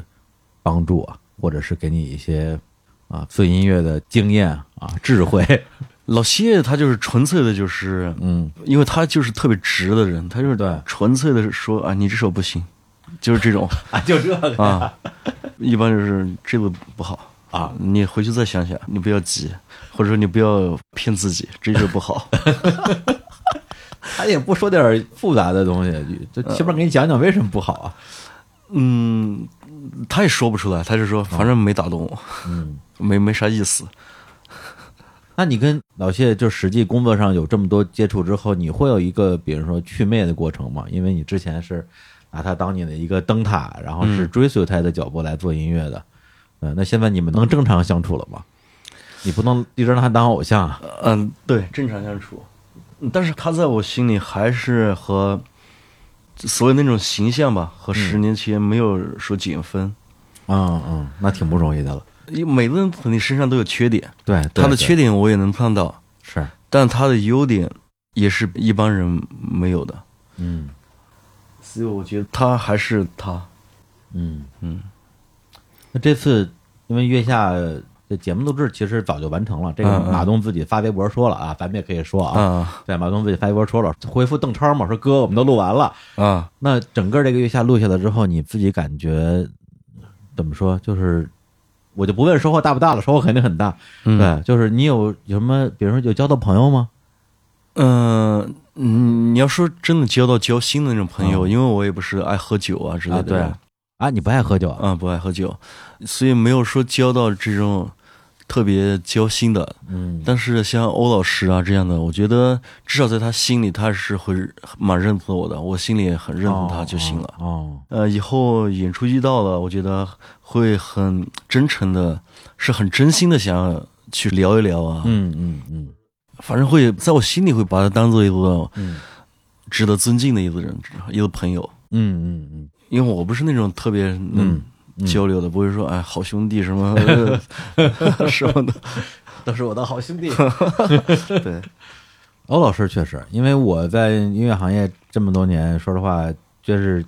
Speaker 1: 帮助啊，或者是给你一些啊做音乐的经验啊、智慧，
Speaker 2: 老谢他就是纯粹的，就是
Speaker 1: 嗯，
Speaker 2: 因为他就是特别直的人，他就是
Speaker 1: 对
Speaker 2: 纯粹的说啊，你这首不行，就是这 种
Speaker 1: 啊，就这个
Speaker 2: 啊，一般就是这个不好
Speaker 1: 啊，
Speaker 2: 你回去再想想，你不要急，或者说你不要骗自己，这首不 好。
Speaker 1: 他也不说点儿复杂的东西，就起码给你讲讲为什么不好啊？
Speaker 2: 嗯，他也说不出来，他就说反正没打动我，
Speaker 1: 嗯，
Speaker 2: 没没啥意思。
Speaker 1: 那你跟老谢就实际工作上有这么多接触之后，你会有一个比如说祛魅的过程吗？因为你之前是拿他当你的一个灯塔，然后是追随他的脚步来做音乐的，嗯、那现在你们能正常相处了吗？你不能一直拿他当偶像啊，
Speaker 2: 嗯，对，正常相处，但是他在我心里还是和所有那种形象吧，和十年前没有说减分。
Speaker 1: 嗯嗯，那挺不容易的了。
Speaker 2: 因为每个人肯定身上都有缺点，
Speaker 1: 对，对
Speaker 2: 他
Speaker 1: 对
Speaker 2: 的缺点我也能看到，
Speaker 1: 是，
Speaker 2: 但他的优点也是一般人没有的，
Speaker 1: 嗯
Speaker 2: 所以我觉得他还是他。
Speaker 1: 嗯
Speaker 2: 嗯。
Speaker 1: 那这次因为月下这节目录制其实早就完成了，这个
Speaker 2: 嗯嗯
Speaker 1: 马东自己发微博说了啊，咱们也可以说啊，
Speaker 2: 啊
Speaker 1: 对，马东自己发微博说了，回复邓超嘛，说哥，我们都录完了。
Speaker 2: 啊，
Speaker 1: 那整个这个月下录下来之后，你自己感觉怎么说？就是我就不问收获大不大了，收获肯定很大。
Speaker 2: 嗯
Speaker 1: 对，就是你有有什么，比如说有交到朋友吗？
Speaker 2: 嗯、嗯你要说真的交到交心的那种朋友，
Speaker 1: 嗯
Speaker 2: 因为我也不是爱喝酒啊之类
Speaker 1: 啊，
Speaker 2: 的
Speaker 1: 对
Speaker 2: 人，
Speaker 1: 啊，你不爱喝酒啊？
Speaker 2: 啊，不爱喝酒，所以没有说交到这种特别交心的。
Speaker 1: 嗯
Speaker 2: 但是像欧老师啊这样的，我觉得至少在他心里，他是会蛮认可我的，我心里也很认同他就行了。
Speaker 1: 哦哦，
Speaker 2: 呃，以后演出遇到了，我觉得会很真诚的，是很真心的想要去聊一聊啊。
Speaker 1: 嗯嗯嗯
Speaker 2: 反正会在我心里会把他当做一个
Speaker 1: 嗯
Speaker 2: 值得尊敬的一个人，一个朋友。
Speaker 1: 嗯嗯嗯
Speaker 2: 因为我不是那种特别
Speaker 1: 嗯
Speaker 2: 能交流的，不会说哎好兄弟什么 什么的。
Speaker 1: 都是我的好 兄弟。
Speaker 2: 对，
Speaker 1: 欧老师确实，因为我在音乐行业这么多年，说实话，就是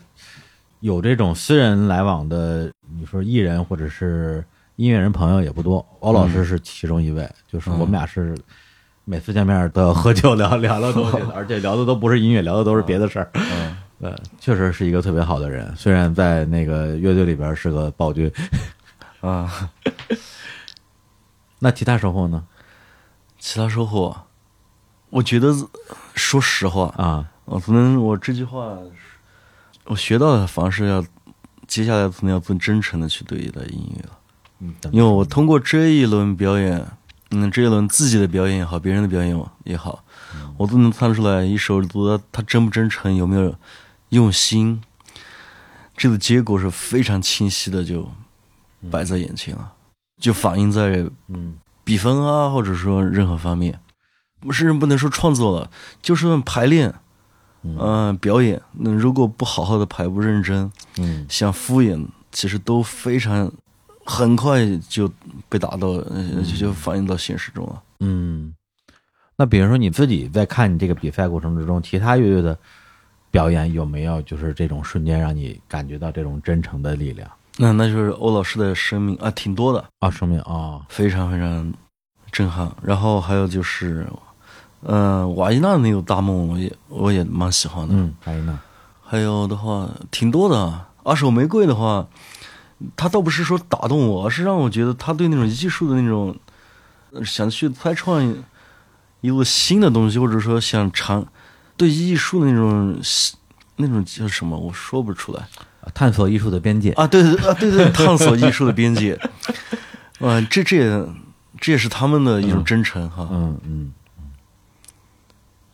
Speaker 1: 有这种私人来往的，你说艺人或者是音乐人朋友也不多。欧老师是其中一位，就是我们俩是每次见面都要喝酒聊聊聊东西的，而且聊的都不是音乐，聊的都是别的事儿。
Speaker 2: 嗯，
Speaker 1: 呃，确实是一个特别好的人，虽然在那个乐队里边是个暴君。
Speaker 2: 啊，
Speaker 1: 那其他收获呢？
Speaker 2: 其他收获，我觉得说实话，
Speaker 1: 啊，
Speaker 2: 我可能我这句话，我学到的方式要，接下来可能要更真诚的去对待音乐了，
Speaker 1: 嗯，等
Speaker 2: 因为我通过这一轮表演，嗯，这一轮自己的表演也好，别人的表演也好，我都能看出来一首歌它真不真诚，有没有用心，这个结果是非常清晰的，就摆在眼前了，就反映在
Speaker 1: 嗯
Speaker 2: 比分啊，或者说任何方面，甚至不能说创作了，就是论排练，
Speaker 1: 嗯
Speaker 2: 嗯、表演，那如果不好好的排，不认真，
Speaker 1: 嗯
Speaker 2: 想敷衍，其实都非常，很快就被打到，呃就就反映到现实中啊了。
Speaker 1: 嗯，那比如说你自己在看你这个比赛过程之中，其他乐队的表演有没有就是这种瞬间让你感觉到这种真诚的力量
Speaker 2: 那那就是欧老师的生命啊，挺多的，
Speaker 1: 啊？说明啊，
Speaker 2: 非常非常震撼。然后还有就是，嗯、瓦依娜那个大梦，我也我也蛮喜欢的。
Speaker 1: 嗯，还有呢，
Speaker 2: 还有的话挺多的啊。二手玫瑰的话，他倒不是说打动我，而是让我觉得他对那种艺术的那种呃想去开创一个新的东西，或者说想尝对艺术的那种喜那种叫什么，我说不出来
Speaker 1: 啊探索艺术的边界，
Speaker 2: 啊。对对啊，对对， 探索艺术的边界。 嗯、这这也这也是他们的一种真诚哈。
Speaker 1: 嗯嗯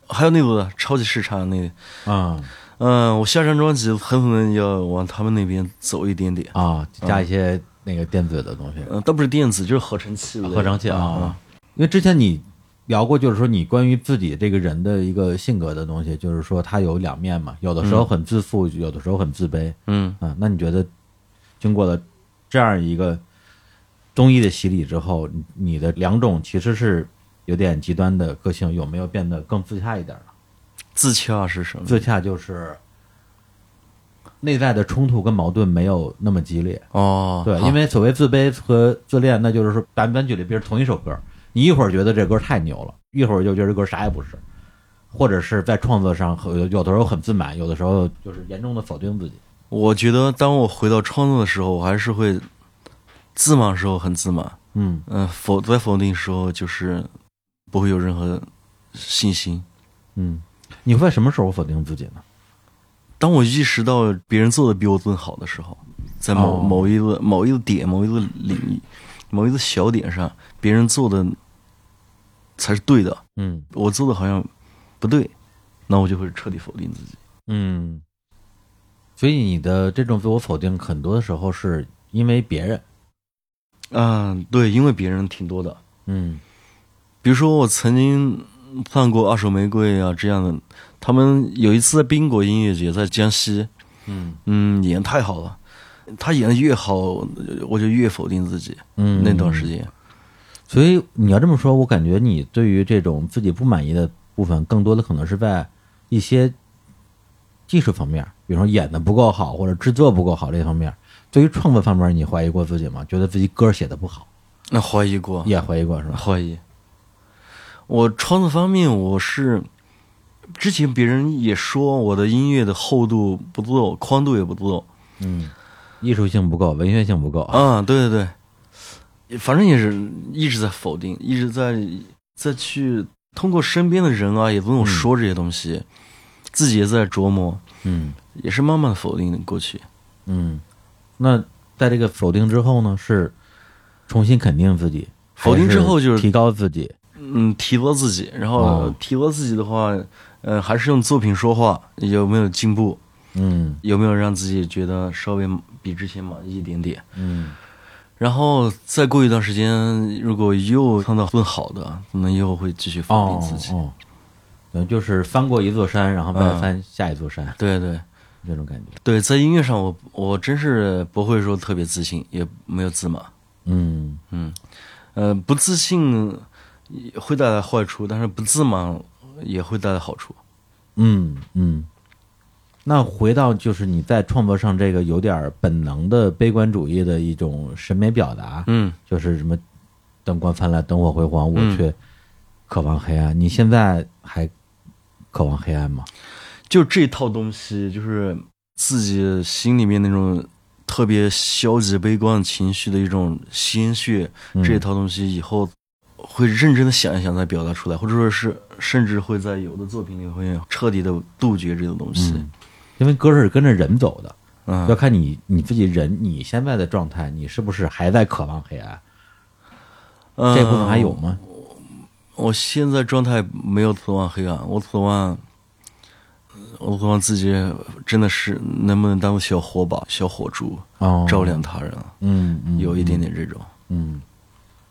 Speaker 2: 还有那个超级市场那个，
Speaker 1: 啊
Speaker 2: 嗯，我下张专辑很可能要往他们那边走一点点。
Speaker 1: 啊，加一些那个电子的东西，
Speaker 2: 嗯，倒不是电子，就是合成器类的。
Speaker 1: 合成器啊
Speaker 2: 啊，，
Speaker 1: 因为之前你聊过，就是说你关于自己这个人的一个性格的东西，就是说他有两面嘛，有的时候很自负，有的时候很自卑，
Speaker 2: 嗯
Speaker 1: 啊，那你觉得经过了这样一个中医的洗礼之后，你你的两种其实是有点极端的个性，有没有变得更自洽一点儿了？
Speaker 2: 嗯自洽是什么？
Speaker 1: 自洽就是内在的冲突跟矛盾没有那么激烈。
Speaker 2: 哦，
Speaker 1: 对，
Speaker 2: 好
Speaker 1: 因为所谓自卑和自恋，那就是说，咱咱举例，比如同一首歌，你一会儿觉得这歌太牛了，一会儿就觉得这歌啥也不是，或者是在创作上和有的时候很自满，有的时候就是严重的否定自己。
Speaker 2: 我觉得当我回到创作的时候，我还是会自满的时候很自满，
Speaker 1: 嗯，
Speaker 2: 嗯、否在否定的时候就是不会有任何信心。
Speaker 1: 嗯，你会在什么时候否定自己呢？
Speaker 2: 当我意识到别人做的比我更好的时候，在某、
Speaker 1: 哦
Speaker 2: 某一个某一个点、某一个领域、某一个小点上，别人做的才是对的，
Speaker 1: 嗯
Speaker 2: 我做的好像不对，那我就会彻底否定自己。
Speaker 1: 嗯，所以你的这种自我否定，很多时候是因为别人。
Speaker 2: 嗯、对，因为别人挺多的，
Speaker 1: 嗯
Speaker 2: 比如说我曾经看过二手玫瑰啊这样的，他们有一次在宾果音乐节在江西，
Speaker 1: 嗯
Speaker 2: 嗯，演得太好了，他演的越好，我就越否定自己。
Speaker 1: 嗯，
Speaker 2: 那段时间，
Speaker 1: 所以你要这么说，我感觉你对于这种自己不满意的部分，更多的可能是在一些技术方面，比如说演的不够好或者制作不够好这方面。对于创作方面，你怀疑过自己吗？觉得自己歌写的不好，
Speaker 2: 那怀疑过，
Speaker 1: 也怀疑过是吧？
Speaker 2: 怀疑。我创作方面，我是之前别人也说我的音乐的厚度不够，宽度也不够。
Speaker 1: 嗯，艺术性不够，文学性不够。
Speaker 2: 啊，对对对，反正也是一直在否定，一直在在去通过身边的人啊，也跟我说这些东西，自己也在琢磨，
Speaker 1: 嗯
Speaker 2: 也是慢慢的否定过去。
Speaker 1: 嗯，那在这个否定之后呢，是重新肯定自己，
Speaker 2: 否定之后就是
Speaker 1: 还提高自己。
Speaker 2: 嗯，提高自己，然后
Speaker 1: 哦
Speaker 2: 提高自己的话，呃，还是用作品说话，有没有进步？
Speaker 1: 嗯
Speaker 2: 有没有让自己觉得稍微比之前满意一点点？
Speaker 1: 嗯
Speaker 2: 然后再过一段时间，如果又碰到更好的，可能又会继续否
Speaker 1: 哦
Speaker 2: 定自己。
Speaker 1: 哦，等于就是翻过一座山，然后再
Speaker 2: 嗯
Speaker 1: 翻下一座山。
Speaker 2: 对对
Speaker 1: 这种感觉。
Speaker 2: 对，在音乐上我，我真是不会说特别自信，也没有自满。
Speaker 1: 嗯
Speaker 2: 呃，不自信会带来坏处，但是不自满也会带来好处。
Speaker 1: 嗯嗯。那回到就是你在创作上这个有点本能的悲观主义的一种审美表达，
Speaker 2: 嗯，
Speaker 1: 就是什么灯光灿烂，灯火辉煌，我
Speaker 2: 嗯
Speaker 1: 却渴望黑暗。你现在还渴望黑暗吗？
Speaker 2: 就这套东西，就是自己心里面那种特别消极、悲观的情绪的一种心血，
Speaker 1: 嗯
Speaker 2: 这套东西以后会认真的想一想再表达出来，或者说是甚至会在有的作品里会彻底的杜绝这个东西。
Speaker 1: 嗯因为歌是跟着人走的，
Speaker 2: 嗯，
Speaker 1: 要看你你自己人你现在的状态，你是不是还在渴望黑暗？这部分还有
Speaker 2: 嗯
Speaker 1: 吗？
Speaker 2: 我现在状态没有渴望黑暗，我渴望，我渴望自己真的是能不能当个小火把、小火烛，
Speaker 1: 哦，
Speaker 2: 照亮他人，
Speaker 1: 嗯，嗯，
Speaker 2: 有
Speaker 1: 嗯
Speaker 2: 一点点这种。
Speaker 1: 嗯，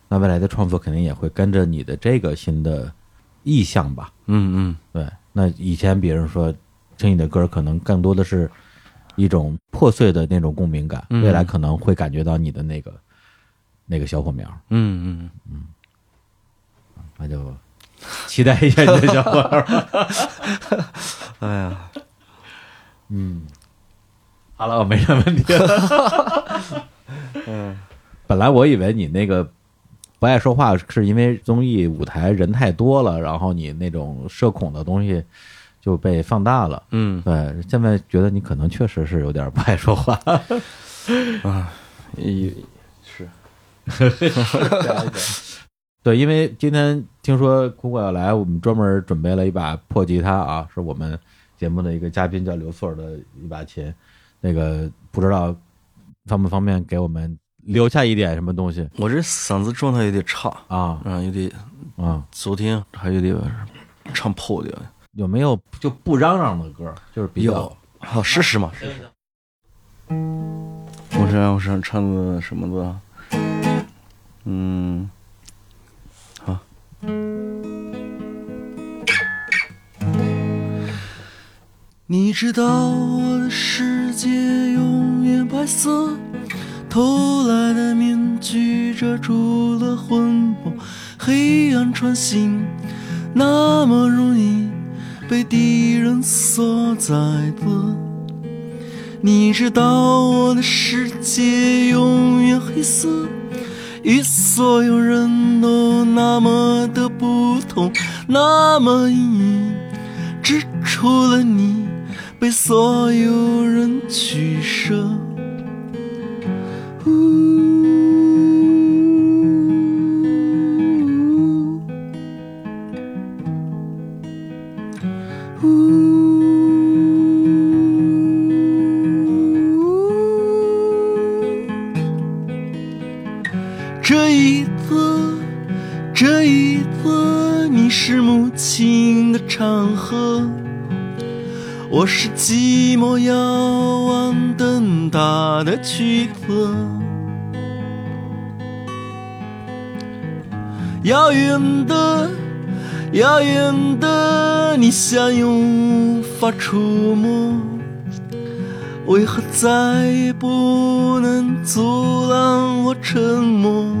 Speaker 1: 那未来的创作肯定也会跟着你的这个新的意向吧？
Speaker 2: 嗯嗯，
Speaker 1: 对，那以前别人说听你的歌，可能更多的是一种破碎的那种共鸣感，
Speaker 2: 嗯
Speaker 1: 未来可能会感觉到你的那个那个小火苗，
Speaker 2: 嗯
Speaker 1: 那就期待一下你的小火苗。
Speaker 2: 嗯， 哎呀，
Speaker 1: 嗯好了，我没啥问题了。嗯，
Speaker 2: 嗯
Speaker 1: 本来我以为你那个不爱说话是因为综艺舞台人太多了，然后你那种社恐的东西就被放大了。
Speaker 2: 嗯
Speaker 1: 对，现在觉得你可能确实是有点不爱说话。
Speaker 2: 啊，也是，
Speaker 1: 对，因为今天听说苦果要来，我们专门准备了一把破吉他啊，是我们节目的一个嘉宾叫刘穗儿的一把琴。那个不知道方不方便给我们留下一点什么东西
Speaker 2: 我这嗓子状态有点差，
Speaker 1: 啊
Speaker 2: 嗯，有点，
Speaker 1: 啊、
Speaker 2: 昨天还有点唱破掉。
Speaker 1: 有没有就不嚷嚷的歌？就是比较
Speaker 2: 有，好试试嘛，试试。我想我想唱个什么的啊，嗯，好。你知道我的世界永远白色，偷来的面具遮住了魂魄，黑暗穿心那么容易被敌人所宰割。
Speaker 3: 你知道我的世界永远黑色，与所有人都那么的不同，那么隐隐，只除了你被所有人取舍。呜这一刻，这一刻，你是母亲的场合，我是寂寞遥望灯塔的躯壳。遥远的，遥远的，你像永无法触摸。为何再也不能阻拦我沉默？